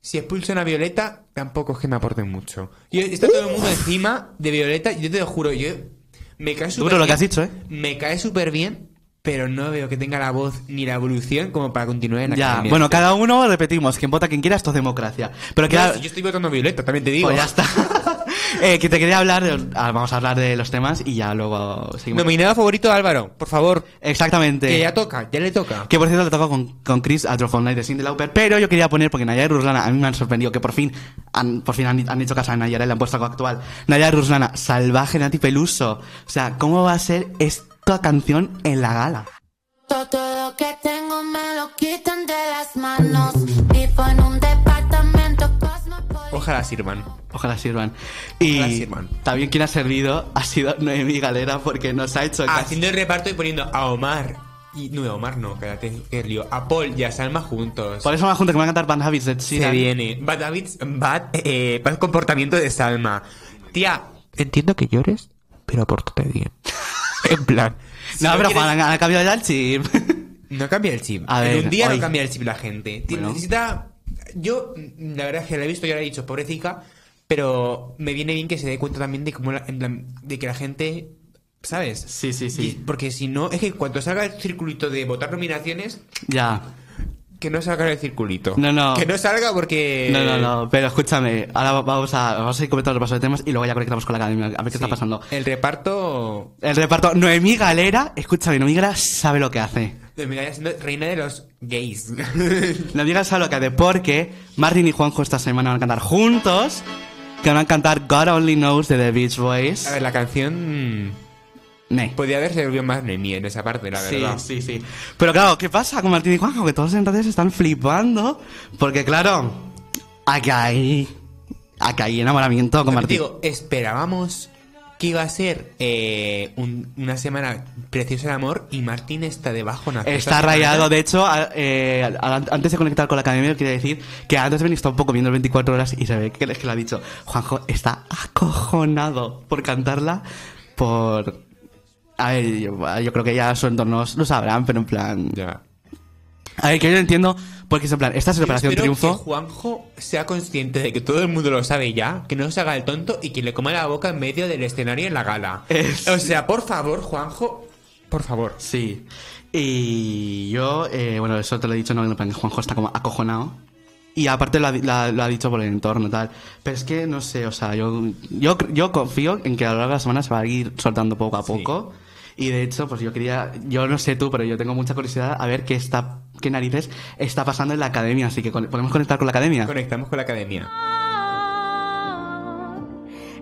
B: Si expulsan a Violeta, tampoco es que me aporten mucho. Yo, está todo el mundo encima de Violeta, y yo te lo juro, yo me cae súper
A: Duro lo que
B: bien.
A: has dicho, ¿eh?
B: Me cae súper bien, pero no veo que tenga la voz ni la evolución como para continuar en la
A: Ya,
B: academia.
A: bueno, cada uno repetimos, quien vota quien quiera, esto es democracia. Pero
B: No,
A: queda-
B: si yo estoy votando a Violeta, también te digo.
A: Pues ya está. Eh, que te quería hablar, de- ah, vamos a hablar de los temas y ya luego seguimos.
B: Nominado favorito Álvaro, por favor.
A: Exactamente.
B: Que ya toca, ya le toca.
A: Que por cierto le toca con, con Chris a Drop All Night de Cindy Lauper. Pero yo quería poner, porque Nayara y Ruslana a mí me han sorprendido que por fin han, por fin han, han hecho caso a Nayara y le han puesto algo actual. Nayara y Ruslana, salvaje Nati Peluso. O sea, ¿cómo va a ser esta canción en la gala?
F: Todo lo que tengo me lo quitan de las manos. Vivo en un departamento cosmopolita.
B: Ojalá sirvan.
A: Ojalá sirvan. Y
B: Ojalá sirvan.
A: también quien ha servido ha sido Noemí Galera porque nos ha hecho caso.
B: Ah, Haciendo el reparto y poniendo a Omar. Y, no, a Omar no, quédate, que lío. A Paul y a Salma juntos.
A: Por eso me junta que me va a cantar Van Habits de
B: Se
A: Sheeran.
B: viene. Bad habits, bad, eh, bad comportamiento de Salma. Tía, entiendo que llores, pero pórtate bien. en plan. si
A: No, pero
B: quieres-
A: Juan, ha cambiado ya el chip.
B: No cambia el chip.
A: A
B: en
A: ver,
B: un día
A: hoy-
B: no cambia el chip la gente. Ti-
A: Bueno.
B: Necesita. Yo, mm, la verdad es que la he visto, yo la he dicho, pobrecita, pero me viene bien que se dé cuenta también de cómo la- en plan, de que la gente. ¿Sabes?
A: Sí, sí, sí.
B: Y- porque si no, es que cuando salga el circulito de votar nominaciones,
A: ya.
B: que no salga el circulito.
A: No, no.
B: Que no salga porque.
A: No, no,
B: Eh,
A: no, pero escúchame, ahora va- vamos a, vamos a ir comentando el paso de temas y luego ya conectamos con la academia, a ver qué
B: Sí.
A: está pasando.
B: El reparto
A: El reparto, Noemí Galera, escúchame, Noemí Galera sabe lo que hace.
B: de Megaya siendo reina de los gays.
A: Noemí Galera sabe lo que hace porque Martin y Juanjo esta semana van a cantar juntos, que van a cantar God Only Knows de The Beach Boys.
B: a ver, la canción. mm,
A: Ne.
B: Podía haber servido más Noemí en esa parte, la
A: Sí,
B: verdad.
A: sí, sí. Pero claro, ¿qué pasa con Martín y Juanjo? Que todos entonces están flipando. Porque claro, acá hay, acá hay enamoramiento con
B: También
A: Martín.
B: digo, esperábamos que iba a ser eh, un- una semana preciosa de amor y Martín está debajo.
A: Está rayado, de hecho, a- eh, al- al- antes de conectar con la academia, quería decir que antes de venir está un poco viendo el 24 horas y se ve que es que lo ha dicho. Juanjo está acojonado por cantarla, por... A ver, yo, yo creo que ya su entorno lo sabrán, pero en plan...
B: Ya.
A: A ver, que yo lo entiendo, porque es en plan, esta es
B: Yo
A: Operación
B: espero
A: Triunfo.
B: Que Juanjo sea consciente de que todo el mundo lo sabe ya, que no se haga el tonto y que le coma la boca en medio del escenario en la gala.
A: Es-
B: O sea, por favor, Juanjo, por favor.
A: Sí. Y yo, eh, bueno, eso te lo he dicho, no, en plan que Juanjo está como acojonado. Y aparte lo ha, di- la- lo ha dicho por el entorno y tal. Pero es que no sé, o sea, yo, yo, yo confío en que a lo largo de la semana se va a ir soltando poco a
B: Sí.
A: poco. Y de hecho, pues yo quería, yo no sé tú, pero yo tengo mucha curiosidad a ver qué está, qué narices está pasando en la academia. Así que con- podemos conectar con la academia.
B: Conectamos con la academia.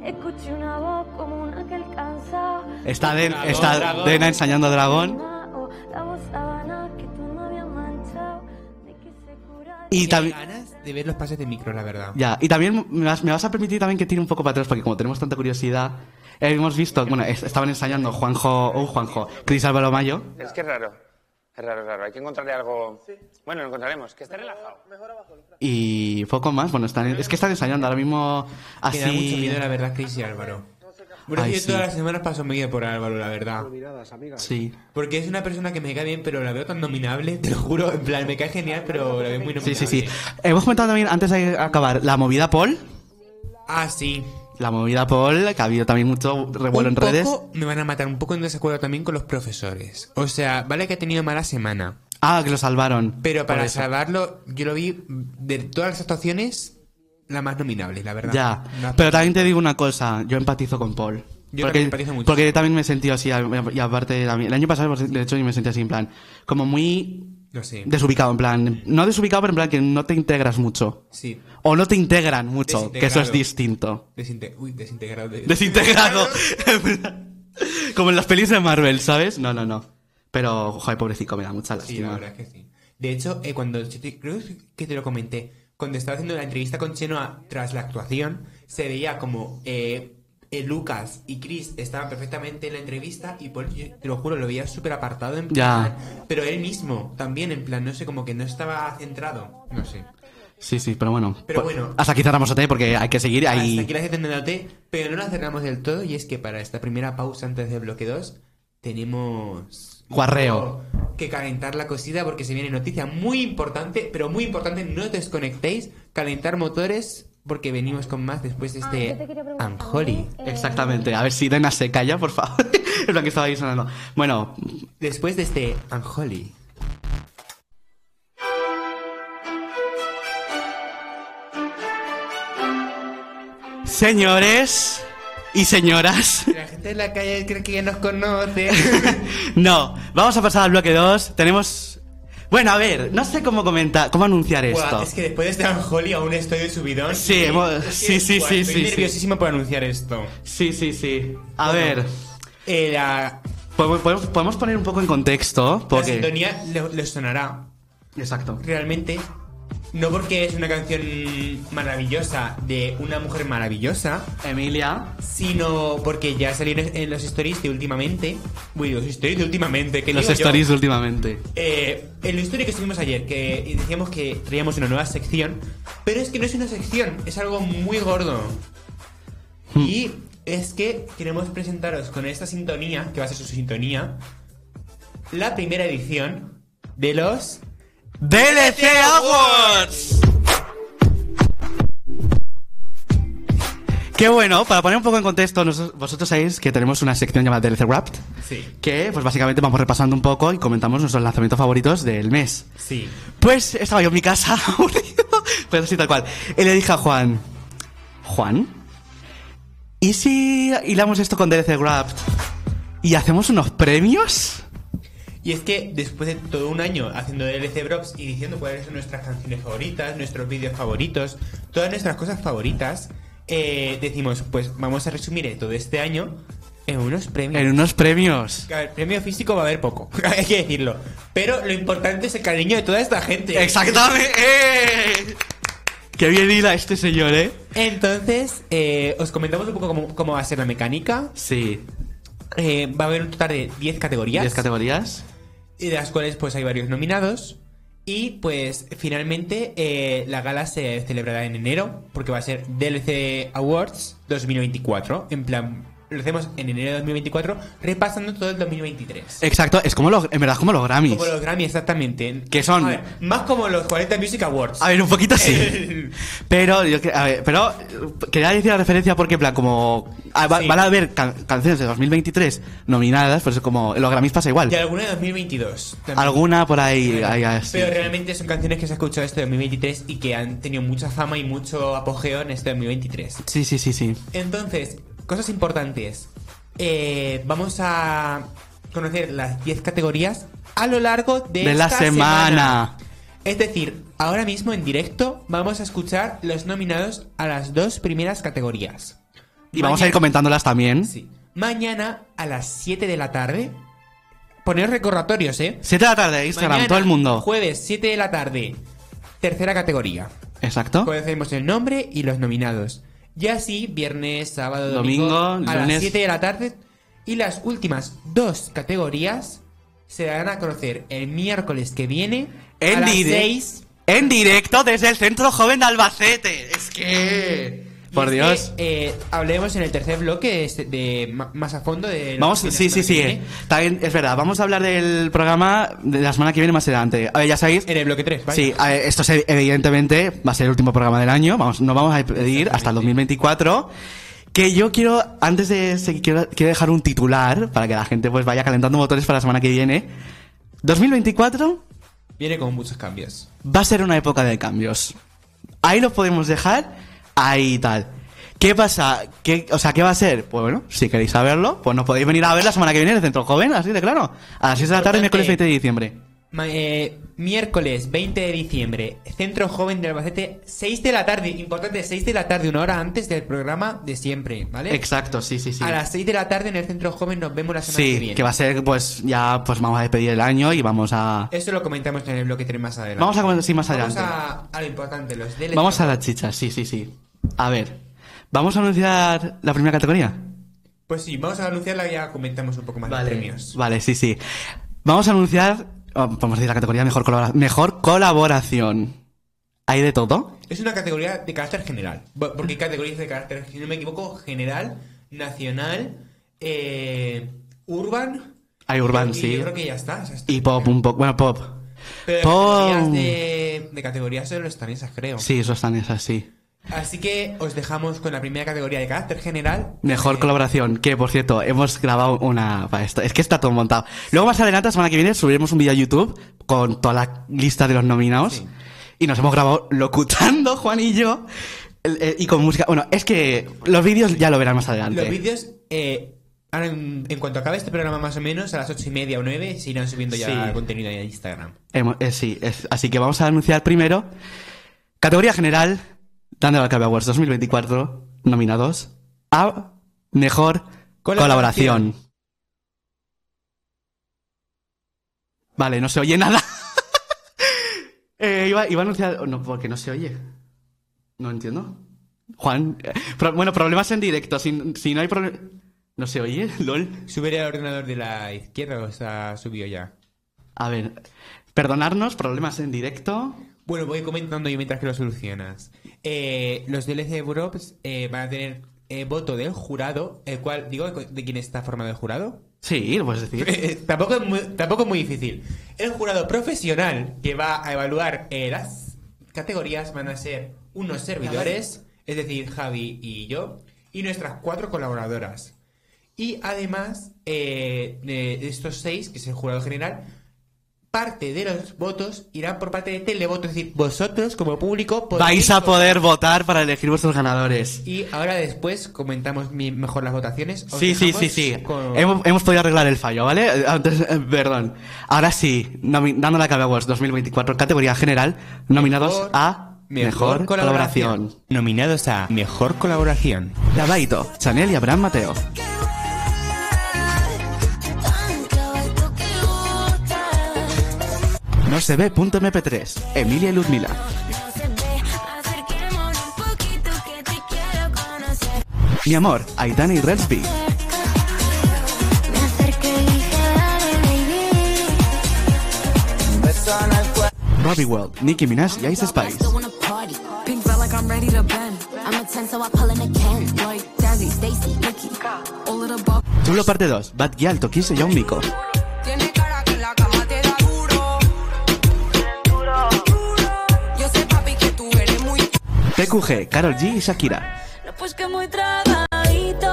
G: Escuché una voz como una que alcanza.
A: Está, de,
B: Dragón,
A: está
B: dragón.
A: Dena ensañando dragón.
G: O Oh, la voz sábana que tú no habías manchado. De que se cura.
A: Y
B: Qué
A: también.
B: ganas de ver los pases de micro, la verdad.
A: Ya, y también me vas, me vas a permitir también que tire un poco para atrás, porque como tenemos tanta curiosidad, eh, hemos visto, bueno, es- estaban ensayando Juanjo, oh, Juanjo, Cris Álvaro Mayo.
H: Es que es raro. Es raro, es raro. Hay que encontrarle algo. Bueno, lo encontraremos. Que esté relajado.
A: Y poco más, bueno, están, es que están ensayando ahora mismo
B: Me da mucho
A: así.
B: miedo, la verdad, Chris y Álvaro. Bueno,
A: Ay,
B: yo
A: sí.
B: todas las semanas paso media por Álvaro, la verdad.
A: Sí,
B: Porque es una persona que me cae bien, pero la veo tan nominable, te lo juro. En plan, me cae genial, pero la veo muy
A: sí, sí,
B: nominable.
A: sí. Hemos comentado también, antes de acabar, la movida Paul.
B: Ah, sí.
A: La movida Paul, que ha habido también mucho revuelo
B: un
A: en redes.
B: poco me van a matar, un poco en desacuerdo también con los profesores. O sea, vale que ha tenido mala semana,
A: Ah, que lo salvaron.
B: pero para
A: Por eso.
B: salvarlo, yo lo vi de todas las actuaciones, la más nominable, la verdad.
A: Ya,
B: La-
A: pero también te digo una cosa, yo empatizo con Paul.
B: Yo también empatizo mucho.
A: Porque también me he sentido así, a- y aparte, a mí- el año pasado, de hecho, yo me sentí así, en plan, como muy
B: No sé.
A: desubicado, en plan, no desubicado, pero en plan que no te integras mucho.
B: Sí.
A: O no te integran mucho, que eso es distinto.
B: Desintegrado. Desinte- Uy, desintegrado. de-
A: Desintegrado. En plan, como en las pelis de Marvel, ¿sabes? No, no, no. Pero, joder, pobrecito, me da mucha
B: Sí, la
A: lástima.
B: verdad es que sí. De hecho, eh, cuando yo te- creo que te lo comenté, cuando estaba haciendo la entrevista con Chenoa tras la actuación, se veía como eh, eh, Lucas y Chris estaban perfectamente en la entrevista y Paul, yo te lo juro, lo veía súper apartado en
A: Ya.
B: plan. Pero él mismo también, en plan, no sé, como que no estaba centrado. No sé.
A: sí, sí, pero bueno.
B: Pero
A: Pues,
B: bueno.
A: Hasta aquí cerramos OT porque hay que seguir ahí.
B: Hasta aquí la sección de la OT, pero no la cerramos del todo y es que para esta primera pausa antes de bloque 2 tenemos...
A: Guarreo.
B: Que calentar la cosida porque se viene noticia muy importante, pero muy importante, no desconectéis, calentar motores porque venimos con más después de
G: Ah, yo te
B: este
G: quería preguntar,
B: Anjoli.
G: eh,
A: Exactamente, a ver si Dena se calla, por favor. es lo que estaba ahí sonando. Bueno,
B: Después de este Anjoli.
A: señores y señoras.
B: La gente de la calle cree que ya nos conoce.
A: no, vamos a pasar al bloque 2. Tenemos. Bueno, a ver, no sé cómo comentar, cómo anunciar esto.
B: Buah, es que después de este Anjoli aún estoy de subidón.
A: Sí,
B: Y-
A: hemos-
B: es que,
A: sí, sí,
B: buah,
A: sí,
B: Estoy
A: sí, sí.
B: nerviosísimo por anunciar esto.
A: Sí, sí, sí. A
B: Bueno.
A: ver,
B: Eh, la,
A: podemos- podemos podemos poner un poco en contexto.
B: La
A: Porque...
B: sintonía le- les sonará
A: Exacto.
B: realmente. No porque es una canción maravillosa de una mujer maravillosa,
A: Emilia.
B: sino porque ya salieron en los stories de últimamente. Uy, los stories de últimamente, que
A: Los
B: digo yo?
A: stories de últimamente.
B: Eh, en la historia que subimos ayer, que decíamos que traíamos una nueva sección, pero es que no es una sección, es algo muy gordo.
A: Hmm.
B: Y es que queremos presentaros con esta sintonía, que va a ser su sintonía, la primera edición de los
A: DLC Awards. Qué bueno, para poner un poco en contexto, nosos- vosotros sabéis que tenemos una sección llamada DLC Wrapped,
B: Sí.
A: que pues básicamente vamos repasando un poco y comentamos nuestros lanzamientos favoritos del mes.
B: Sí.
A: Pues estaba yo en mi casa, aburrido, pues así tal cual, y le dije a Juan, Juan, ¿y si hilamos esto con DLC Wrapped y hacemos unos premios?
B: Y es que después de todo un año haciendo DLC Brops y diciendo cuáles son nuestras canciones favoritas, nuestros vídeos favoritos, todas nuestras cosas favoritas, eh, decimos, pues vamos a resumir todo este año en unos premios.
A: En unos premios.
B: A ver, premio físico va a haber poco, hay que decirlo. Pero lo importante es el cariño de toda esta gente.
A: Exactamente. ¡Eh! Qué bien hila este señor, ¿eh?
B: Entonces, eh, os comentamos un poco cómo, cómo va a ser la mecánica.
A: Sí.
B: Eh, va a haber un total de 10 categorías.
A: 10 categorías.
B: y de las cuales pues hay varios nominados. Y pues finalmente eh, la gala se celebrará en enero, porque va a ser DLC Awards 2024, en plan lo hacemos en enero de 2024, repasando todo el 2023.
A: Exacto, es como los, en verdad, es como los Grammys.
B: Como los Grammy, exactamente.
A: Que son-
B: A ver, más como los 40 Music Awards.
A: A ver, un poquito sí. pero, yo que- a ver, pero eh, quería decir la referencia porque, en plan, como ah, va-
B: Sí.
A: van a haber can- canciones de 2023 nominadas, por eso como en los Grammys pasa igual.
B: Y alguna de 2022. también.
A: Alguna por ahí, ahí, ahí, sí.
B: Pero realmente son canciones que se han escuchado este 2023 y que han tenido mucha fama y mucho apogeo en este 2023.
A: Sí, sí, sí, sí.
B: Entonces, cosas importantes. Eh, vamos a conocer las 10 categorías a lo largo de,
A: De la
B: esta
A: semana.
B: Es decir, ahora mismo en directo vamos a escuchar los nominados a las dos primeras categorías.
A: Y vamos a ir
B: Mañana-
A: comentándolas también.
B: Sí. Mañana a las 7 de la tarde. Poneros recordatorios, ¿eh?
A: 7 de la tarde, Instagram,
B: Mañana,
A: todo el mundo.
B: Jueves 7 de la tarde. Tercera categoría.
A: Exacto.
B: Conocemos el nombre y los nominados. Y así, viernes, sábado, domingo,
A: Domingo,
B: a
A: lunes.
B: las 7 de la tarde. Y las últimas dos categorías se darán a conocer el miércoles que viene a
A: En,
B: las
A: dire-
B: 6.
A: en directo desde el Centro Joven de Albacete. Es que...
B: Y
A: Eh. Por
B: Mm. es
A: Dios.
B: que, eh, hablemos en el tercer bloque de, este- de ma- más a fondo de... lo
A: Vamos,
B: que viene
A: sí,
B: la
A: sí,
B: semana
A: sí.
B: que
A: eh.
B: viene.
A: También, es verdad, vamos a hablar del programa de la semana que viene más adelante. A ver, ya sabéis.
B: En el bloque 3, ¿vale?
A: Sí, a ver, esto es, evidentemente va a ser el último programa del año. Vamos, nos vamos a pedir hasta el 2024. Que yo quiero, antes de seguir, quiero, quiero dejar un titular para que la gente pues vaya calentando motores para la semana que viene. 2024
B: Viene con muchos cambios.
A: va a ser una época de cambios. Ahí lo podemos dejar, ahí tal. ¿Qué pasa? ¿Qué, o sea, ¿qué va a ser? Pues bueno, si queréis saberlo, pues nos podéis venir a ver la semana que viene en el Centro Joven, así de claro. A las 6 de la tarde,
B: Importante.
A: miércoles 20 de diciembre.
B: Ma- eh, miércoles 20 de diciembre, Centro Joven de Albacete, 6 de la tarde, importante, 6 de la tarde, una hora antes del programa de siempre, ¿vale?
A: Exacto, sí, sí, sí.
B: A las 6 de la tarde en el Centro Joven nos vemos la semana que
A: Sí,
B: viene.
A: que, va a ser, pues ya pues vamos a despedir el año y vamos a...
B: Eso lo comentamos en el bloque 3 más adelante.
A: Vamos a comentar, sí, más
B: Vamos
A: adelante.
B: a, a lo importante, los DLC.
A: Vamos a las chichas, sí, sí, sí. A ver, ¿vamos a anunciar la primera categoría?
B: Pues sí, vamos a anunciarla y ya comentamos un poco más de premios.
A: Vale, sí, sí. Vamos a anunciar, oh, vamos a decir la categoría mejor, colabora- mejor colaboración. ¿Hay de todo?
B: Es una categoría de carácter general. Bu- Porque hay categorías de carácter, si no me equivoco, general, nacional, eh, urban.
A: Hay urban,
B: y
A: sí.
B: Yo creo que ya está. ya está.
A: Y pop, un poco. Bueno, pop.
B: Pero
A: Pom.
B: categorías de, de categorías solo están esas, creo.
A: Sí, eso están esas, sí.
B: Así que os dejamos con la primera categoría de carácter general. Eh,
A: Mejor colaboración, que por cierto, hemos grabado una para esto. Es que está todo montado. Luego más adelante, la semana que viene, subiremos un vídeo a YouTube con toda la lista de los nominados.
B: Sí.
A: Y nos hemos grabado locutando, Juan y yo. el- el- Y con música. Bueno, es que los vídeos ya lo verán más adelante.
B: Los vídeos, eh, ahora en, en cuanto acabe este programa más o menos, a las ocho y media o nueve, se irán subiendo ya
A: Sí.
B: contenido en Instagram.
A: Hemo- eh, sí, es- así que vamos a anunciar primero. Categoría general, Dandel Alcabe Awards 2024, nominados a Mejor Colaboración.
B: Colaboración.
A: Vale, no se oye nada. Eh, iba, iba a anunciar... No, porque no se oye. No entiendo. Juan... eh, pro- bueno, problemas en directo. Si, si no hay problema... ¿No se oye? ¿Lol?
B: Subiré al ordenador de la izquierda, o sea, subió ya.
A: A ver. Perdonarnos, problemas en directo.
B: Bueno, voy comentando yo mientras que lo solucionas. Eh, los DLC Europs eh, van a tener eh, voto del jurado, el cual, digo, ¿de quién está formado el jurado?
A: Sí, lo puedes decir.
B: tampoco, es muy, tampoco es muy difícil. El jurado profesional que va a evaluar eh, las categorías van a ser unos servidores, es decir, Javi y yo, y nuestras cuatro colaboradoras. Y además, eh, de estos seis, que es el jurado general, parte de los votos irán por parte de televoto, es decir, vosotros como público podéis
A: Vais a poder votar para elegir vuestros ganadores.
B: Y ahora después comentamos mi- mejor las votaciones. Os
A: Sí, sí, sí,
B: dejamos
A: sí.
B: con-
A: Hemos, hemos podido arreglar el fallo, ¿vale? Eh, Antes, eh, perdón. Ahora sí, nomi- dando la cabeza Awards 2024, categoría general, nominados a Mejor, Colaboración.
B: Nominados a Mejor Colaboración.
A: Dabaito, Chanel y Abraham Mateo. Oh. No se ve punto MP3, Emilia y Ludmila. Mi amor, Aitana y Relsby. Robbie World, Nicki Minaj y Ice Spice.
D: Pink felt like I'm ready to bend. I'ma
F: 10, so I pull in again. Like Dazzy, Stacy, Nikki. All of the ball.
A: Chulo parte 2. Bad Gyal, Tokise y un mico.
D: Tiene cara que en la cama te da duro. Duro. Yo sé, papi, que tú eres muy
A: TQG, Carol G y Shakira.
G: No, pues que muy tragadito.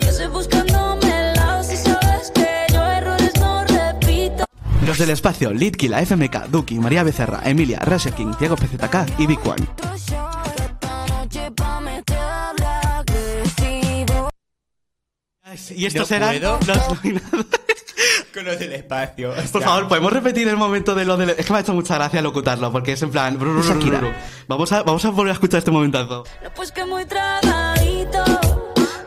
G: Yo estoy buscándome el lado. Si sabes que yo errores no repito.
A: Los del espacio, Litkila, FMK, Duki, María Becerra, Emilia, Rasha King, Diego PZK y Big One.
G: Otro shot esta noche pa' meterle agresivo.
A: Y estos
B: No
A: eran
B: puedo.
A: los nominados.
B: Con los del espacio. pues,
A: Por favor, ¿podemos repetir el momento de lo del...? Es que me ha hecho mucha gracia locutarlo, porque es en plan... bru, bru, bru,
B: Shakira.
A: bru, bru. Vamos a, vamos a volver a escuchar este momentazo.
G: No, pues que muy tragadito.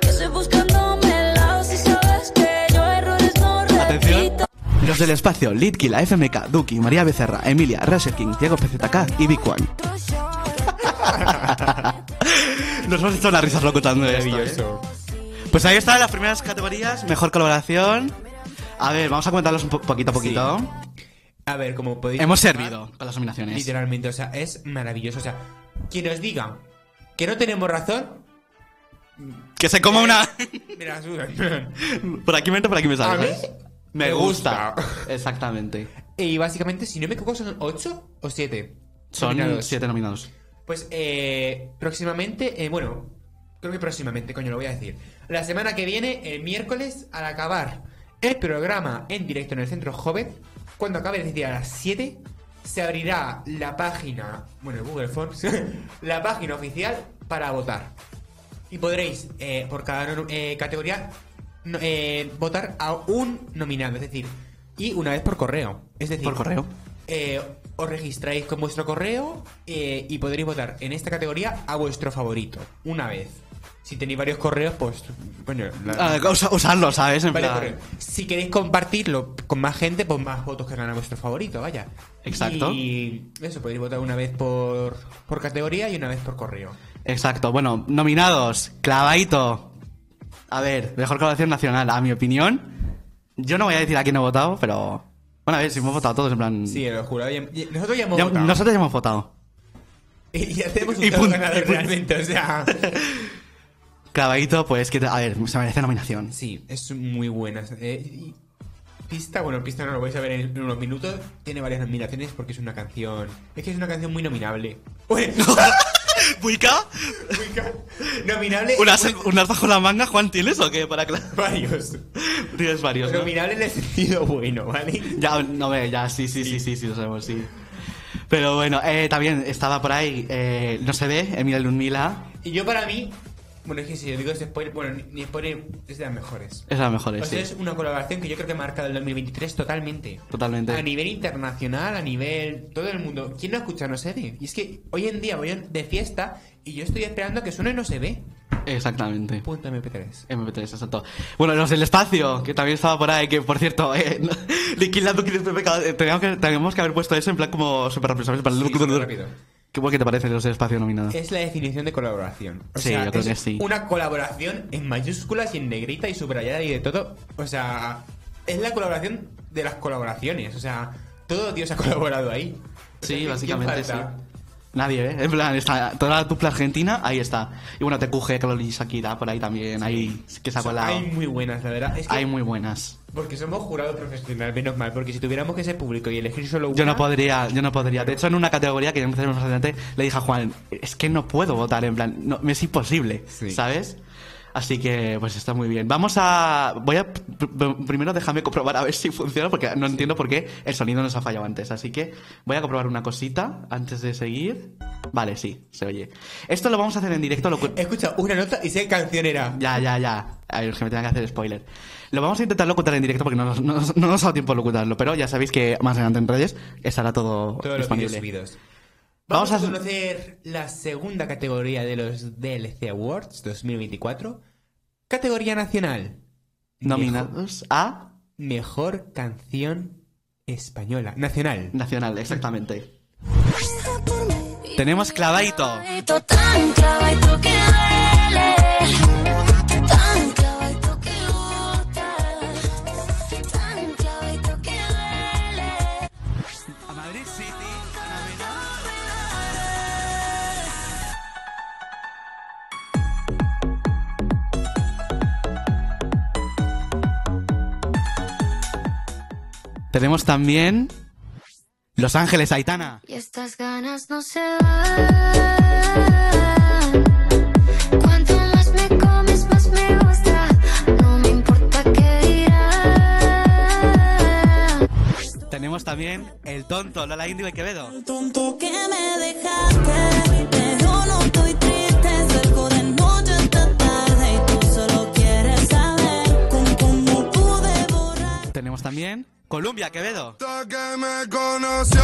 G: Yo estoy buscándome el lado. Si sabes que yo errores no
A: Atención.
G: repito.
A: Los del espacio, Litkila, FMK, Duki, María Becerra, Emilia, Rasha King, Diego PZK y Big One.
G: Otro shot
A: Nos hemos hecho unas risas locutando esto, ¿eh?
B: Maravilloso.
A: Pues ahí están las primeras categorías, mejor colaboración. A ver, vamos a comentarlos un po- poquito a poquito.
B: A ver, como podéis.
A: Hemos
B: observar,
A: servido con las nominaciones.
B: Literalmente, o sea, es maravilloso. O sea, quien os diga que no tenemos razón,
A: Que se coma una...
B: me la sudan.
A: por aquí me entra, por aquí me
B: A
A: sale.
B: mí
A: ¿sabes?
B: me gusta.
A: Exactamente.
B: y básicamente, si no me equivoco, son 8 o 7.
A: Son siete nominados.
B: Pues eh, próximamente, eh, bueno, creo que próximamente, coño, lo voy a decir. La semana que viene, el miércoles, al acabar el programa en directo en el Centro Joven, cuando acabe, es decir, a las 7, se abrirá la página, bueno, Google Forms, la página oficial para votar. Y podréis, eh, por cada no- eh, categoría, no- eh, votar a un nominado, es decir, y una vez por correo. Es decir,
A: Por correo.
B: eh, os registráis con vuestro correo eh, y podréis votar en esta categoría a vuestro favorito, una vez. Si tenéis varios correos, pues. Bueno, la-
A: Ah, usa- usarlo, ¿sabes? En
B: varios
A: plan-
B: correos. Si queréis compartirlo con más gente, pues más votos que ganan a vuestro favorito, vaya.
A: Exacto.
B: Y eso, podéis votar una vez por, por categoría y una vez por correo.
A: Exacto. Bueno, nominados. Clavaito. A ver, mejor colaboración nacional, a mi opinión. Yo no voy a decir a quién he votado, pero. Bueno, a ver, si hemos votado todos, en plan.
B: Sí, el jurado ya- y- Nosotros ya hemos
A: Ya-
B: votado.
A: nosotros ya hemos votado.
B: Y, y hacemos un
A: Y
B: solo
A: punto, y
B: ganador
A: punto.
B: realmente, o sea.
A: Clavaito, pues que. te- A ver, se merece nominación.
B: Sí, es muy buena. Eh, y- pista, bueno, pista no lo vais a ver en, en unos minutos. Tiene varias nominaciones porque es una canción. Es que es una canción muy nominable. Ué,
A: ¿Buica?
B: nominable.
A: ¿Unas, unas bajo la manga, Juan, tienes o qué? Para cla-
B: Varios.
A: Tienes varios. ¿no?
B: Nominable en el sentido bueno, ¿vale?
A: Ya, no ve, ya, sí, sí, sí, sí, sí, lo sabemos, sí. Pero bueno, eh, también estaba por ahí, eh, no se ve, Emilia Ludmila,
B: Y yo para mí. Bueno, es que si yo digo es spoiler, bueno, ni- ni spoiler es de las mejores.
A: es la mejor,
B: O sea,
A: sí.
B: Pues es una colaboración que yo creo que ha marcado el 2023 totalmente.
A: Totalmente.
B: A nivel internacional, a nivel todo el mundo. ¿Quién no escucha No se ve? Y es que hoy en día voy de fiesta y yo estoy esperando que suene No se ve.
A: Exactamente.
B: Punto MP3.
A: MP3, exacto. Bueno, los del espacio, que también estaba por ahí, que por cierto, eh, no- Liquid Lab, Liquid Lab, eh, teníamos que, teníamos que haber puesto eso en plan como super rápido, ¿sabes? Para el-
B: Sí, súper rápido. Eh,
A: ¿Qué, bueno que te parece los del espacio nominados?
B: Es la definición de colaboración. O
A: Ah. Sí,
B: sea,
A: yo creo
B: es
A: que sí.
B: Una colaboración en mayúsculas y en negrita y subrayada y de todo. O sea, es la colaboración de las colaboraciones. O sea, todo Dios ha colaborado ahí. O sea,
A: Sí,
B: ¿quién
A: básicamente sí.
B: falta?
A: Nadie, ¿eh? En plan, está toda la dupla argentina, ahí está. Y bueno, TQG, Carol y Shakira, por ahí también, ahí que se ha
B: O sea,
A: colado.
B: hay muy buenas, la verdad. Es que
A: hay muy buenas.
B: Porque somos jurados profesionales, menos mal. Porque si tuviéramos que ser público y elegir solo una...
A: Yo no podría, yo no podría. De hecho, en una categoría que ya empezaremos más adelante, le dije a Juan, es que no puedo votar, en plan, no, me es imposible,
B: Sí.
A: ¿sabes? Así que, pues está muy bien. Vamos a... Voy a... pr- pr- Primero déjame comprobar a ver si funciona, porque no entiendo por qué el sonido nos ha fallado antes. Así que voy a comprobar una cosita antes de seguir. Vale, sí, se oye. Esto lo vamos a hacer en directo, lo, cu-
B: He escuchado una nota y sé qué canción era.
A: Ya, ya, ya. A ver, que me tenga que hacer spoiler. Lo vamos a intentar locutar en directo porque no, nos- no nos- no nos ha dado tiempo a locutarlo, pero ya sabéis que más adelante en redes estará todo,
B: Todos los vídeos
A: disponible.
B: subidos.
A: Vamos
B: Vamos,
A: a-
B: a conocer la segunda categoría de los DLC Awards 2024. Categoría nacional.
A: Nominados a
B: Mejor, mejor canción española. Nacional.
A: Nacional, exactamente. Tenemos clavadito.
G: Clavadito, tan clavadito que duele. Tan clavadito que gusta. Tan clavadito que duele.
A: Tenemos también. Los Ángeles, Aitana.
F: Y estas ganas no se van. Cuanto más me comes, más me gusta. No me importa qué dirán.
A: Tenemos también El Tonto, Lola Indio y Quevedo.
E: Tonto que me dejaste, pero no estoy triste. Salgo de noche hasta tarde y tú solo quieres saber con cómo pude borrar.
A: Tenemos también Colombia, Quevedo.
I: Hasta que me conoció,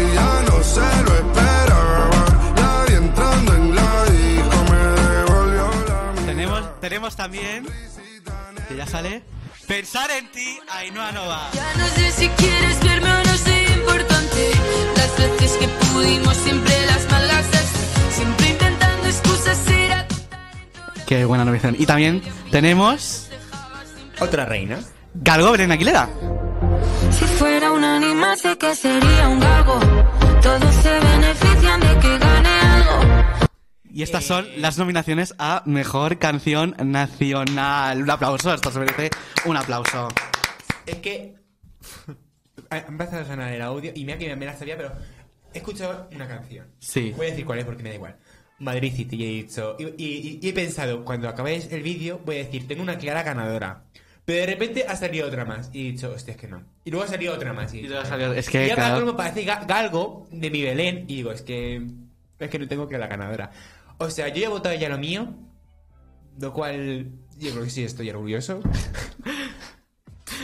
I: ella no se lo esperaba. Nadie entrando en la disco me devolvió la
A: Tenemos, tenemos también. Que ya sale. Pensar en ti, Ainhoa Nova.
G: Ya no sé si quieres verme o no sé importante. Las veces que pudimos siempre las malas haces. Siempre intentando excusas era tu
A: Qué buena novedad. Y también tenemos.
B: Otra reina.
A: Galgo Belén Aguilera.
F: Si fuera un animal, sé que sería un galgo. Todos se benefician de que gane algo.
A: Y estas son las nominaciones a Mejor Canción Nacional. Un aplauso, esto se merece un aplauso.
B: Es que. Ha ha empezado Ah, a sonar el audio y mira que me la sabía, pero. He escuchado una canción.
A: Sí.
B: Voy a decir cuál es porque me da igual. Madrid City, y he dicho. Y, y- y- y he pensado, cuando acabéis el vídeo, voy a decir, tengo una clara ganadora. Pero de repente ha salido otra más. Y he dicho, hostia, es que no. Y luego ha salido otra más. Y, he dicho,
A: luego ha
B: "Ah".
A: salido- es que,
B: Y ahora
A: claro.
B: me parece ga- galgo de mi Belén. Y digo, es que. Es que no tengo que la ganadora. O sea, yo ya he votado ya lo mío. Lo cual. Yo creo que sí estoy orgulloso.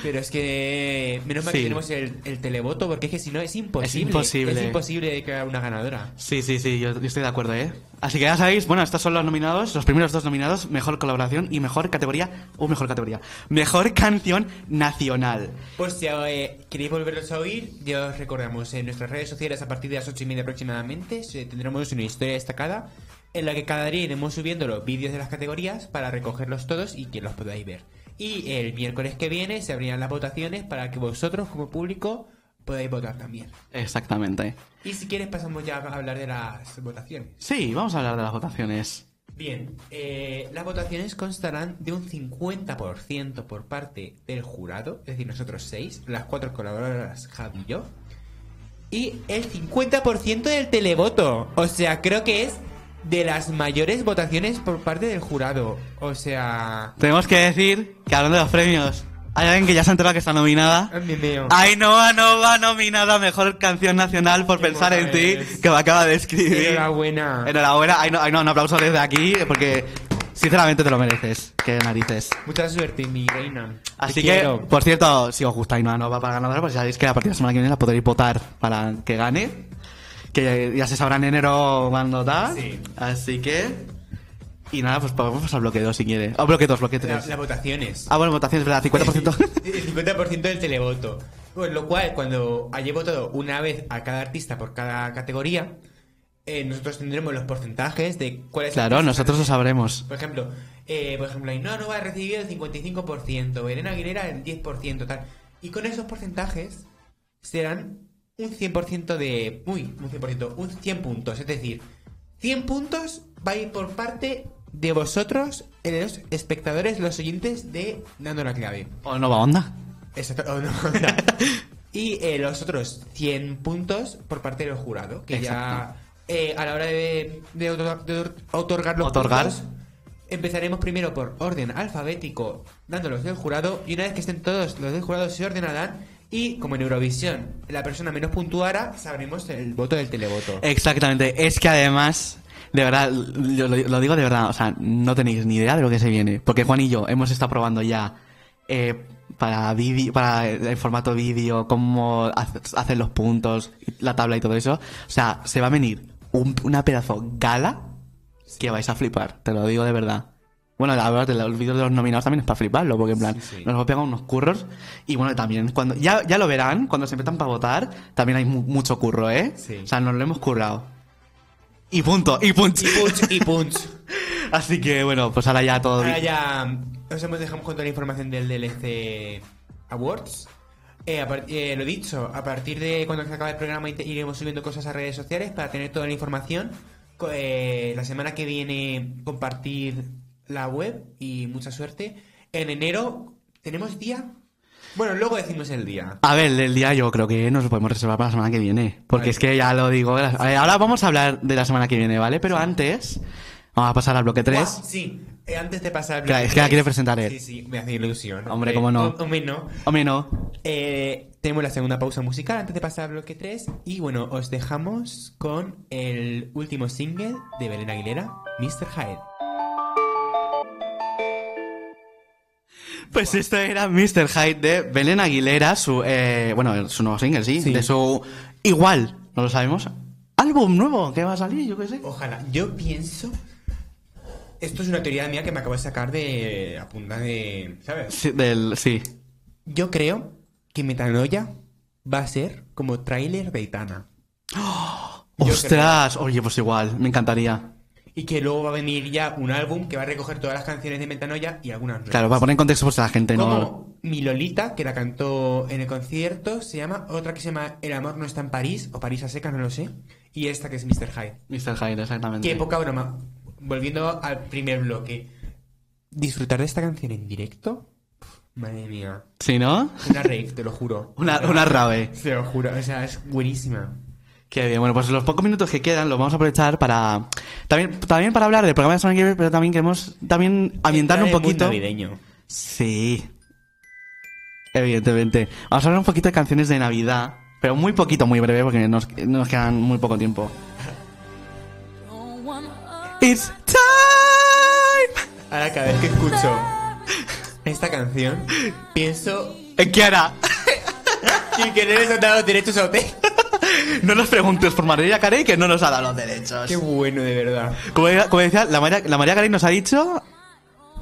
B: Pero es que. Menos mal
A: Sí.
B: que tenemos el, el televoto, porque es que si no es imposible.
A: imposible.
B: Es imposible declarar una ganadora.
A: Sí, sí, sí, yo, yo estoy de acuerdo, ¿eh? Así que ya sabéis, bueno, estos son los nominados, los primeros dos nominados, mejor colaboración y mejor categoría, o mejor categoría, mejor canción nacional.
B: Por si eh, queréis volverlos a oír, ya os recordamos en nuestras redes sociales a partir de las 8 y media aproximadamente se- tendremos una historia destacada en la que cada día iremos subiendo los vídeos de las categorías para recogerlos todos y que los podáis ver. Y el miércoles que viene se abrirán las votaciones para que vosotros como público podáis votar también.
A: Exactamente.
B: Y si quieres pasamos ya a hablar de las votaciones.
A: Sí, vamos a hablar de las votaciones.
B: Bien, eh, las votaciones constarán de un 50% por parte del jurado, es decir, nosotros seis, las cuatro colaboradoras, Javi y yo, y el 50% del televoto. O sea, creo que es de las mayores votaciones por parte del jurado. O sea...
A: Tenemos que decir que hablando de los premios, hay alguien que ya se ha enterado que está nominada.
B: ¡ay, mi mío!
A: Ainhoa Nova nominada a Mejor Canción Nacional por Pensar en Ti,
B: es.
A: que me acaba de escribir.
B: Enhorabuena.
A: Enhorabuena, Ainhoa, Ainhoa, un aplauso desde aquí, porque sinceramente te lo mereces. Qué narices.
B: Mucha suerte, mi reina. Te
A: Así que, pues,
B: quiero.
A: por cierto, si os gusta Ainhoa Nova para ganadora, pues ya sabéis que a partir de la semana que viene la podréis votar para que gane. Que ya se sabrá en enero cuando tal.
B: Sí.
A: Así que... Y nada, pues podemos pasar al bloque 2 si quiere. O bloque 2, bloque 3.
B: La- las votaciones.
A: Ah, bueno, votación es verdad, 50%.
B: El 50% del televoto. Por lo cual, cuando haya votado una vez a cada artista por cada categoría, eh, nosotros tendremos los porcentajes de cuáles
A: claro,
B: artistas-
A: nosotros lo sabremos.
B: Por ejemplo, eh, por ejemplo, Ainhoa no va a recibir el 55%, Elena Aguilera el 10%, tal. Y con esos porcentajes serán un 100% de... Uy, un 100%, un 100 puntos. Es decir, 100 puntos va a ir por parte de vosotros, eh, los espectadores, los oyentes de Dando la Clave.
A: O Nova Onda.
B: Exacto, oh, no, no. y eh, los otros 100 puntos por parte del jurado, que
A: Exacto.
B: ya eh, a la hora de, de otor- de or- otorgar los
A: Otorgar.
B: puntos, empezaremos primero por orden alfabético, dándolos del jurado, y una vez que estén todos los del jurado se ordenarán, y como en Eurovisión, la persona menos puntuara, sabremos el voto del televoto.
A: Eh, Exactamente, es que además, de verdad, yo lo, lo digo de verdad, o sea, no tenéis ni idea de lo que se viene, porque Juan y yo hemos estado probando ya eh, para vídeo, para el formato vídeo, cómo hace- hacen los puntos, la tabla y todo eso, o sea, se va a venir un- una pedazo gala que vais a flipar, te lo digo de verdad. Bueno, la verdad, el vídeo de los nominados también es para fliparlo, porque en plan, nos hemos pegado unos curros. Y bueno, también, cuando ya, ya lo verán, cuando se metan para votar, también hay mu- mucho curro, ¿eh?
B: Sí.
A: O sea, nos lo hemos currado. Y punto, y punch.
B: Y punch, y punch.
A: Así que bueno, pues ahora ya todo.
B: Ahora
A: bien.
B: ya os hemos dejado con toda la información del DLC Awards. Eh, a par- eh, lo dicho, a partir de cuando se acabe el programa ite- iremos subiendo cosas a redes sociales para tener toda la información. Co- eh, la semana que viene compartir la web y mucha suerte. En enero tenemos día Bueno, luego decimos el día.
A: A ver, el día yo creo que nos lo podemos reservar para la semana que viene. Porque es que ya lo digo. la- a ver, ahora vamos a hablar de la semana que viene, ¿vale? Pero antes, vamos a pasar al bloque 3.
B: Guau, Sí, Eh, antes de pasar...
A: Claro, es que la quiere presentar él.
B: Sí, sí, me hace ilusión.
A: Hombre,
B: Eh,
A: cómo no.
B: hom- Hombre, no.
A: Hombre, no.
B: Eh, tenemos la segunda pausa musical antes de pasar al bloque 3. Y bueno, os dejamos con el último single de Belén Aguilera, Mr. Hyde.
A: Pues esto era Mr. Hyde de Belén Aguilera, su, eh, bueno, su nuevo single, ¿sí?
B: Sí.
A: De su, igual, no lo sabemos, álbum nuevo que va a salir, yo qué sé.
B: Ojalá. Yo pienso. Esto es una teoría mía que me acabo de sacar de. a punta de. ¿Sabes?
A: Sí, del, sí.
B: Yo creo que Metanoia va a ser como tráiler de Itana. Yo
A: Ostras, oye, pues igual, me encantaría.
B: Y que luego va a venir ya un álbum que va a recoger todas las canciones de Metanoia y algunas nuevas.
A: Claro, para poner en contexto pues a la gente, ¿no?
B: Como mi Lolita, que la cantó en el concierto, se llama. Otra que se llama El amor no está en París, o París a secas, no lo sé. Y esta que es Mr. Hyde.
A: Mr. Hyde, exactamente.
B: Qué poca broma. Volviendo al primer bloque. Disfrutar de esta canción en directo. Pf, Madre mía.
A: ¿Sí, no?
B: Una rave, te lo juro.
A: Una, una rave.
B: Te lo juro. O sea, es buenísima.
A: Qué bien, bueno, pues los pocos minutos que quedan los vamos a aprovechar para... También, también para hablar del programa de la semana que viene, pero también queremos también ambientar un
B: Entrar en el
A: poquito...
B: mood navideño.
A: Sí. Evidentemente. Vamos a hablar un poquito de canciones de Navidad, pero muy poquito, muy breve, porque nos, nos quedan muy poco tiempo. It's time.
B: Ahora cada vez que escucho esta canción, pienso
A: Eh, Kiara,
B: sin querer les han dado derechos a hotel.
A: no nos preguntes por María Carey que no nos ha dado los derechos.
B: Qué bueno, de verdad.
A: Como, era- como decía, la María, la María Carey nos ha dicho...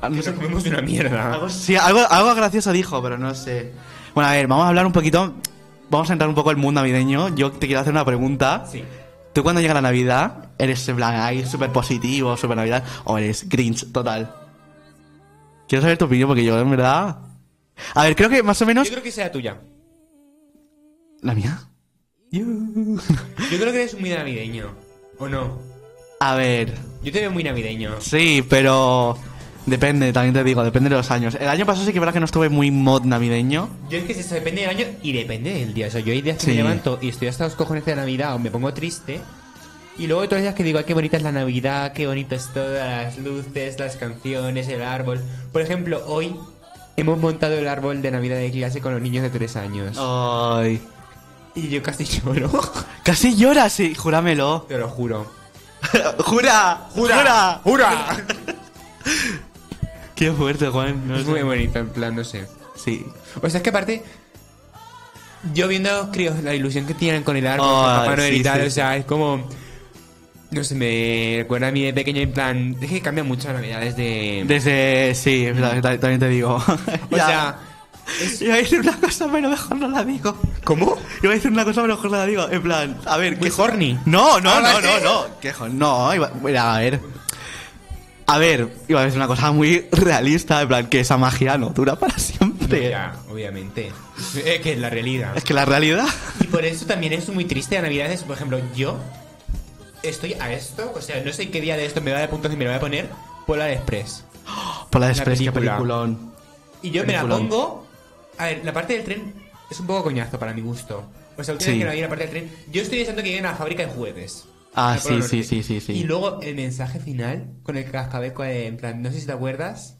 A: Ah, no
B: Nos
A: sé,
B: comemos una mierda.
A: algo, sí, algo, algo gracioso dijo, pero no sé. Bueno, a ver, vamos a hablar un poquito... Vamos a entrar un poco al mundo navideño. Yo te quiero hacer una pregunta.
B: Sí.
A: ¿Tú cuando llega la Navidad eres en plan ahí súper positivo, súper Navidad o eres cringe total? Quiero saber tu opinión porque yo en verdad... A ver, creo que más o menos...
B: Yo creo que sea tuya.
A: ¿La mía?
B: Yo creo que eres muy navideño. ¿O no?
A: A ver...
B: Yo te veo muy navideño.
A: Sí, pero... Depende, también te digo, depende de los años. El año pasado sí que es verdad que no estuve muy mod navideño.
B: Yo es que eso depende del año y depende del día. O sea, yo hay días que
A: Sí.
B: me levanto y estoy hasta los cojones de la Navidad o me pongo triste. Y luego hay otros días que digo, ay, qué bonita es la Navidad, qué bonitas todas las luces, las canciones, el árbol. Por ejemplo, hoy hemos montado el árbol de Navidad de clase con los niños de 3 años.
A: Oh. Ay...
B: Y yo casi lloro.
A: Casi lloras, sí, júramelo.
B: Te lo juro.
A: ¡Jura! ¡Jura!
B: ¡Jura!
A: Qué fuerte, Juan. no
B: es
A: sé.
B: muy bonito, en plan, no sé.
A: Sí.
B: O sea, es que aparte, yo viendo a los críos, la ilusión que tienen con el árbol,
A: Oh,
B: con Papá Noel
A: sí,
B: y tal,
A: sí,
B: o sea, es como. No sé, me recuerda a mí de pequeño en plan. Es que cambia mucho la Navidad desde.
A: Desde... Sí, es verdad, ta- también te digo.
B: o
A: Ya.
B: sea,
A: Iba a decir una cosa, pero mejor no la digo.
B: ¿cómo?
A: Iba a decir una cosa, pero mejor no la digo. En plan, a ver,
B: Muy
A: qué
B: horny.
A: No, no,
B: Ah,
A: no,
B: ¿sí?
A: no, no. Qué jo- No, iba- mira, a ver. A ver, iba a decir una cosa muy realista, en plan, que esa magia no dura para siempre.
B: Ya, obviamente. Es que es la realidad.
A: Es que la realidad.
B: Y por eso también es muy triste a Navidades. Por ejemplo, yo estoy a esto, o sea, no sé qué día de esto me va a dar puntos y me lo voy a poner Polar Express.
A: Por la desprecia,
B: película.
A: peliculón.
B: Y yo me la
A: Peliculón.
B: pongo. A ver, la parte del tren es un poco coñazo para mi gusto. O sea, ustedes
A: Sí.
B: que no hay la parte del tren. Yo estoy deseando que lleguen a la fábrica de juguetes.
A: Ah,
B: Al
A: sí,
B: Polo
A: sí,
B: Norte.
A: sí, sí, sí.
B: Y luego el mensaje final con el cascabeco, eh, en plan, no sé si te acuerdas.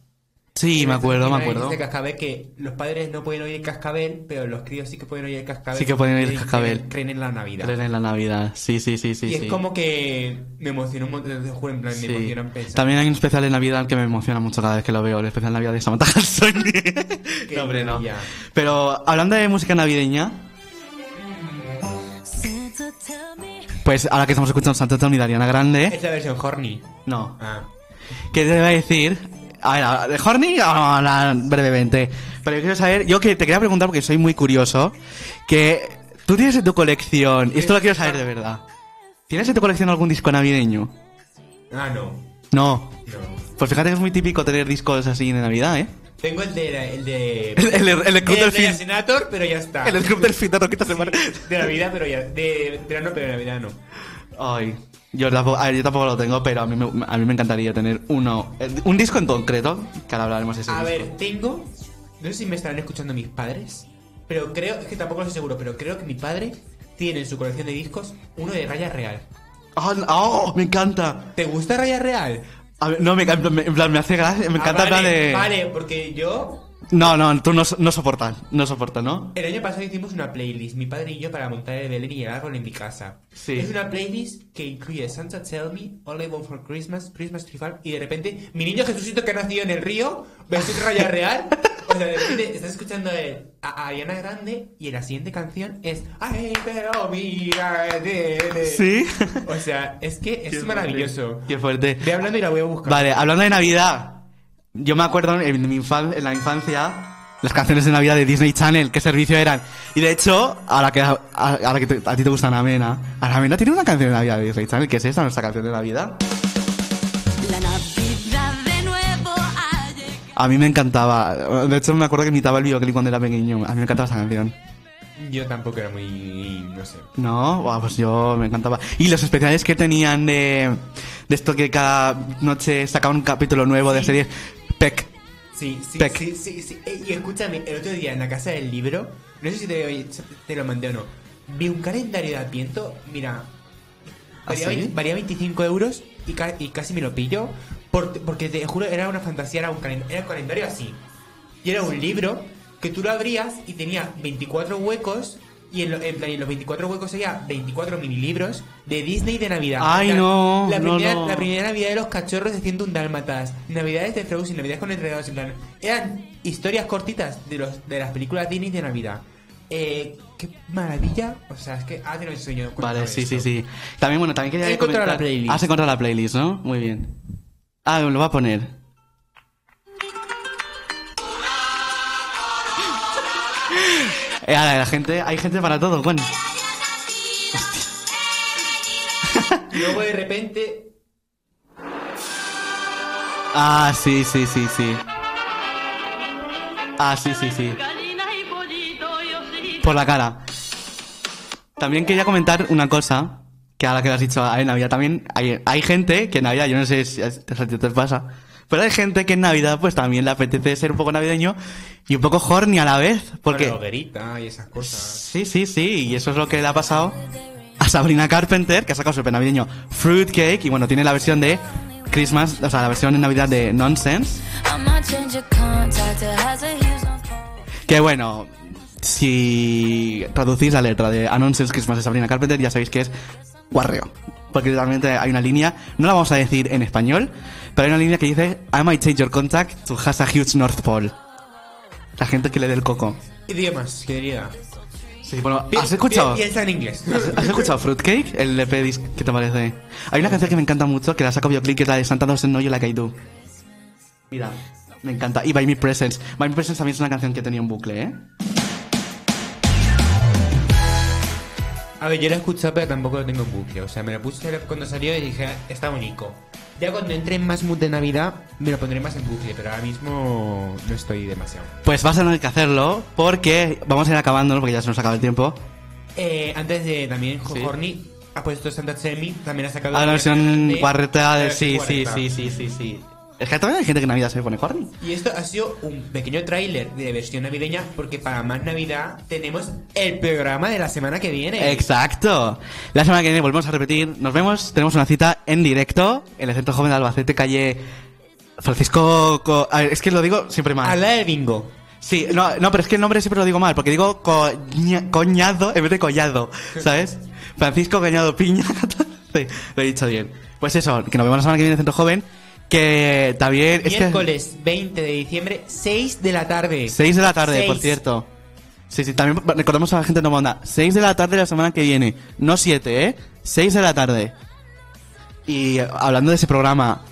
A: Sí,
B: El
A: me
B: mensaje
A: acuerdo, me
B: final
A: acuerdo.
B: Dice cascabel que los padres no pueden oír el cascabel, pero los críos sí que pueden oír el cascabel.
A: Sí que pueden oír el
B: Y creen-
A: cascabel.
B: Creen en la Navidad.
A: Creen en la Navidad. Sí, sí, sí, sí.
B: y es
A: sí.
B: como que me emocionó un montón, te juro, en plan,
A: Sí.
B: me emocionan pensar.
A: También hay un especial de Navidad que me emociona mucho cada vez que lo veo, el especial de Navidad de Samantha Hudson. no, hombre, no.
B: maravilla.
A: Pero hablando de música navideña, pues ahora que estamos escuchando Santo Antonio de Ariana Grande,
B: Es la versión horny.
A: no.
B: Ah.
A: ¿Qué te iba a decir? A ver, a- de Horny vamos a hablar brevemente. Pero yo quiero saber, yo que te quería preguntar porque soy muy curioso, que tú tienes en tu colección, y esto lo quiero saber de verdad, ¿tienes en tu colección algún disco navideño?
B: Ah, no.
A: No.
B: No.
A: Pues fíjate que es muy típico tener discos así de Navidad, ¿eh?
B: Tengo el de. la- El de.
A: El- el- el club
B: de-
A: del
B: de la
A: fin.
B: Senator, pero ya está.
A: En el club del fin de Roquitas de Mar.
B: De Navidad, pero ya. De verano, pero de Navidad no.
A: Ay, yo tampoco, a ver, yo tampoco lo tengo, pero a mí, me, a mí me encantaría tener uno, eh, un disco en concreto, que ahora hablaremos de ese
B: A
A: disco.
B: ver, tengo. No sé si me estarán escuchando mis padres, pero creo, es que tampoco lo estoy seguro, pero creo que mi padre tiene en su colección de discos uno de Raya Real.
A: ¡Ah, no! ¡Oh, me encanta!
B: ¿Te gusta Raya Real?
A: A ver, no, me, en plan- me- en plan, me hace gracia. Me
B: Ah,
A: encanta en plan
B: vale,
A: de.
B: Vale, porque yo
A: No, no, tú no, so- no soportas. No soportas, ¿no?
B: El año pasado hicimos una playlist, mi padre y yo, para montar el Belén y el árbol en mi casa.
A: Sí.
B: Es una playlist que incluye Santa Tell Me, All I Want for Christmas, Christmas Tree Farm, y de repente, mi niño Jesucito que ha nacido en el río, Jesús Raya Real. O sea, de repente estás escuchando el- a a Ariana Grande y la siguiente canción es Ay, pero mira, de- de".
A: Sí.
B: O sea, es que Eh, es maravilloso.
A: Qué fuerte.
B: Ve hablando y la voy a buscar.
A: Vale, hablando de Navidad. Yo me acuerdo en, mi infan- en la infancia las canciones de Navidad de Disney Channel, qué servicio eran. Y de hecho, ahora que, a- ahora que te- a ti te gusta Anamena, Anamena tiene una canción de Navidad de Disney Channel, que es esta, nuestra canción de Navidad.
G: La Navidad de nuevo ha llegado.
A: A mí me encantaba. De hecho, me acuerdo que imitaba el videoclip cuando era pequeño. A mí me encantaba esa canción.
B: Yo tampoco era muy. no sé.
A: No, Buah, pues yo me encantaba. Y los especiales que tenían de, de esto que cada noche sacaban un capítulo nuevo de series. Peck.
B: Sí, sí,
A: Tec.
B: sí, sí, sí. Eh, Y escúchame, el otro día en la casa del libro, no sé si te, te lo mandé o no, vi un calendario de adviento, mira,
A: ¿Ah,
B: valía,
A: sí?
B: vein- valía 25 euros y, ca- y casi me lo pillo, por- porque te juro, era una fantasía, era un, calen- era un calendario así. Y era un libro que tú lo abrías y tenía 24 huecos. Y en, lo- en plan, y en los 24 huecos había 24 minilibros de Disney de Navidad.
A: Ay,
B: O sea,
A: no,
B: La
A: no,
B: primera,
A: no.
B: la primera Navidad de los cachorros haciendo un dálmatas. Navidades de Frozen, Navidades con enredados. En plan, eran historias cortitas de, los, de las películas Disney de Navidad. Eh, qué maravilla. O sea, es que ha tenido el sueño.
A: Vale,
B: Cuéntame
A: sí, sí,
B: esto.
A: sí. También, bueno, también quería
B: He encontrado
A: comentar-
B: la playlist.
A: Has encontrado la playlist, ¿no? Muy bien. Ah, me lo va a poner. Eh, a la gente, hay gente para todo, bueno.
B: Y luego de repente.
A: Ah, sí, sí, sí, sí. Ah, sí, sí, sí. Por la cara. También quería comentar una cosa, que ahora que lo has dicho en Navidad también, hay, hay gente que en Navidad, yo no sé si a a ti te pasa, pero hay gente que en Navidad pues también le apetece ser un poco navideño y un poco horny a la vez,
B: con La
A: porque...
B: hoguerita y esas cosas.
A: Sí, sí, sí, y eso es lo que le ha pasado a Sabrina Carpenter, que ha sacado su EP navideño Fruitcake, y bueno, tiene la versión de Christmas, o sea, la versión en Navidad de Nonsense. Que bueno, si traducís la letra de Announces Christmas de Sabrina Carpenter, ya sabéis que es guarreo. Porque realmente hay una línea, no la vamos a decir en español, pero hay una línea que dice I might change your contact to has a huge North Pole. La gente que le dé el coco.
B: Idiomas, querida.
A: Sí, bueno,
B: Pi-
A: ¿has Ah, escuchado?
B: pi- Piensa en inglés.
A: ¿Has escuchado Fruitcake? El EP disc, ¿qué te parece? Hay una canción que me encanta mucho, que la saco Bioclick, que es la de Santa Doesn't Know You Like I Do. Mira, me encanta. Y By Me Presence. By Me Presence también es una canción que tenía un bucle, ¿eh?
B: A ver, yo lo he escuchado, pero tampoco lo tengo en bucle. O sea, me lo puse cuando salió y dije, está bonito. Ya cuando entre en más mood de Navidad, me lo pondré más en bucle, pero ahora mismo no estoy demasiado.
A: Pues vas a tener que hacerlo porque vamos a ir acabando, porque ya se nos acaba el tiempo.
B: Eh, antes de también,
A: Sí.
B: Jorni ha puesto Santa Semi, también ha sacado.
A: A la
B: una
A: versión
B: de-
A: cuarreta
B: la
A: de...
B: versión
A: Sí, sí,
B: cuarenta.
A: sí, sí, sí, sí. Es que también hay gente que en Navidad se pone horny.
B: Y esto ha sido un pequeño tráiler de versión navideña, porque para más Navidad tenemos el programa de la semana que viene.
A: Exacto. La semana que viene volvemos a repetir. Nos vemos. Tenemos una cita en directo en el Centro Joven de Albacete, calle Francisco. Co- a ver, es que lo digo siempre mal.
B: Habla del bingo.
A: Sí, no, no, pero es que el nombre siempre lo digo mal, porque digo coña- coñado en vez de collado, ¿sabes? Francisco Coñado Piña. sí, lo he dicho bien. Pues eso, que nos vemos la semana que viene en el Centro Joven. Que también. es que-
B: Miércoles 20 de diciembre, 6 de la tarde.
A: 6 de la tarde, por
B: Seis.
A: cierto. Sí, sí, también recordamos a la gente no manda. 6 de la tarde la semana que viene. No 7, ¿eh? 6 de la tarde. Y eh, hablando de ese programa,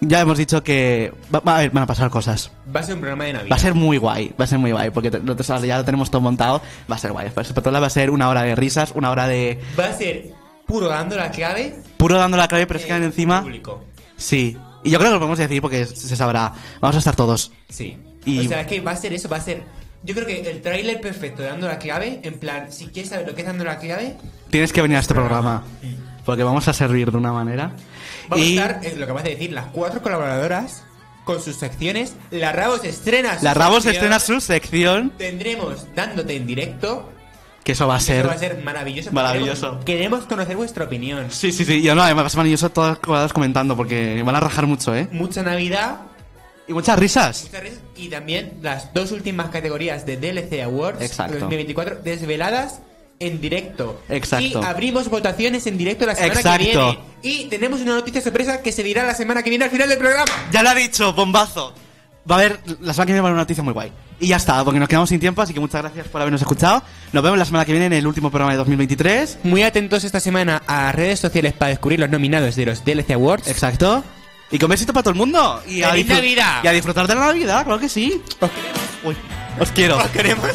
A: ya hemos dicho que va, va a haber- van a pasar cosas.
B: Va a ser un programa de Navidad.
A: Va a ser muy guay, va a ser muy guay, porque te- lo- o sea, ya lo tenemos todo montado. Va a ser guay. Pero sobre todo va a ser una hora de risas, una hora de
B: Va a ser puro dando la clave.
A: puro dando la clave, pero es que
B: eh,
A: encima.
B: Público.
A: Sí. Y yo creo que lo podemos decir porque se sabrá. Vamos a estar todos.
B: Sí.
A: Y-
B: O sea, es que va a ser eso, va a ser. Yo creo que el tráiler perfecto de dando la clave, en plan, si quieres saber lo que es dando la clave,
A: Tienes que venir a este programa. Porque vamos a servir de una manera.
B: vamos
A: y
B: a estar, es lo que vas a decir, las cuatro colaboradoras con sus secciones. La Rabos estrena su
A: La Rabos
B: sección.
A: estrena su sección,
B: Tendremos dándote en directo.
A: que eso va a
B: Eso
A: ser...
B: va a ser maravilloso.
A: Er, Maravilloso.
B: Queremos, queremos conocer vuestra opinión.
A: Sí, sí, sí. Yo no, además, man, y eso todas todas comentando porque van a rajar mucho, ¿eh?
B: Mucha Navidad.
A: Y muchas risas.
B: muchas risas, Y también las dos últimas categorías de DLC Awards
A: Exacto.
B: 2024 desveladas en directo.
A: Exacto.
B: Y abrimos votaciones en directo la semana
A: Exacto.
B: que viene. Y tenemos una noticia sorpresa que se dirá la semana que viene al final del programa.
A: Ya lo ha dicho, bombazo. Va a haber, la semana que viene va a haber una noticia muy guay. Y ya está, porque nos quedamos sin tiempo, así que muchas gracias por habernos escuchado. Nos vemos la semana que viene en el último programa de 2023.
B: Muy atentos esta semana a redes sociales para descubrir los nominados de los DLC Awards.
A: Exacto. Y con besito para todo el mundo. Y a,
B: ¡Feliz
A: disfrut-
B: Navidad!
A: y a disfrutar de la Navidad, claro que sí. Uy, os quiero.
B: Os queremos.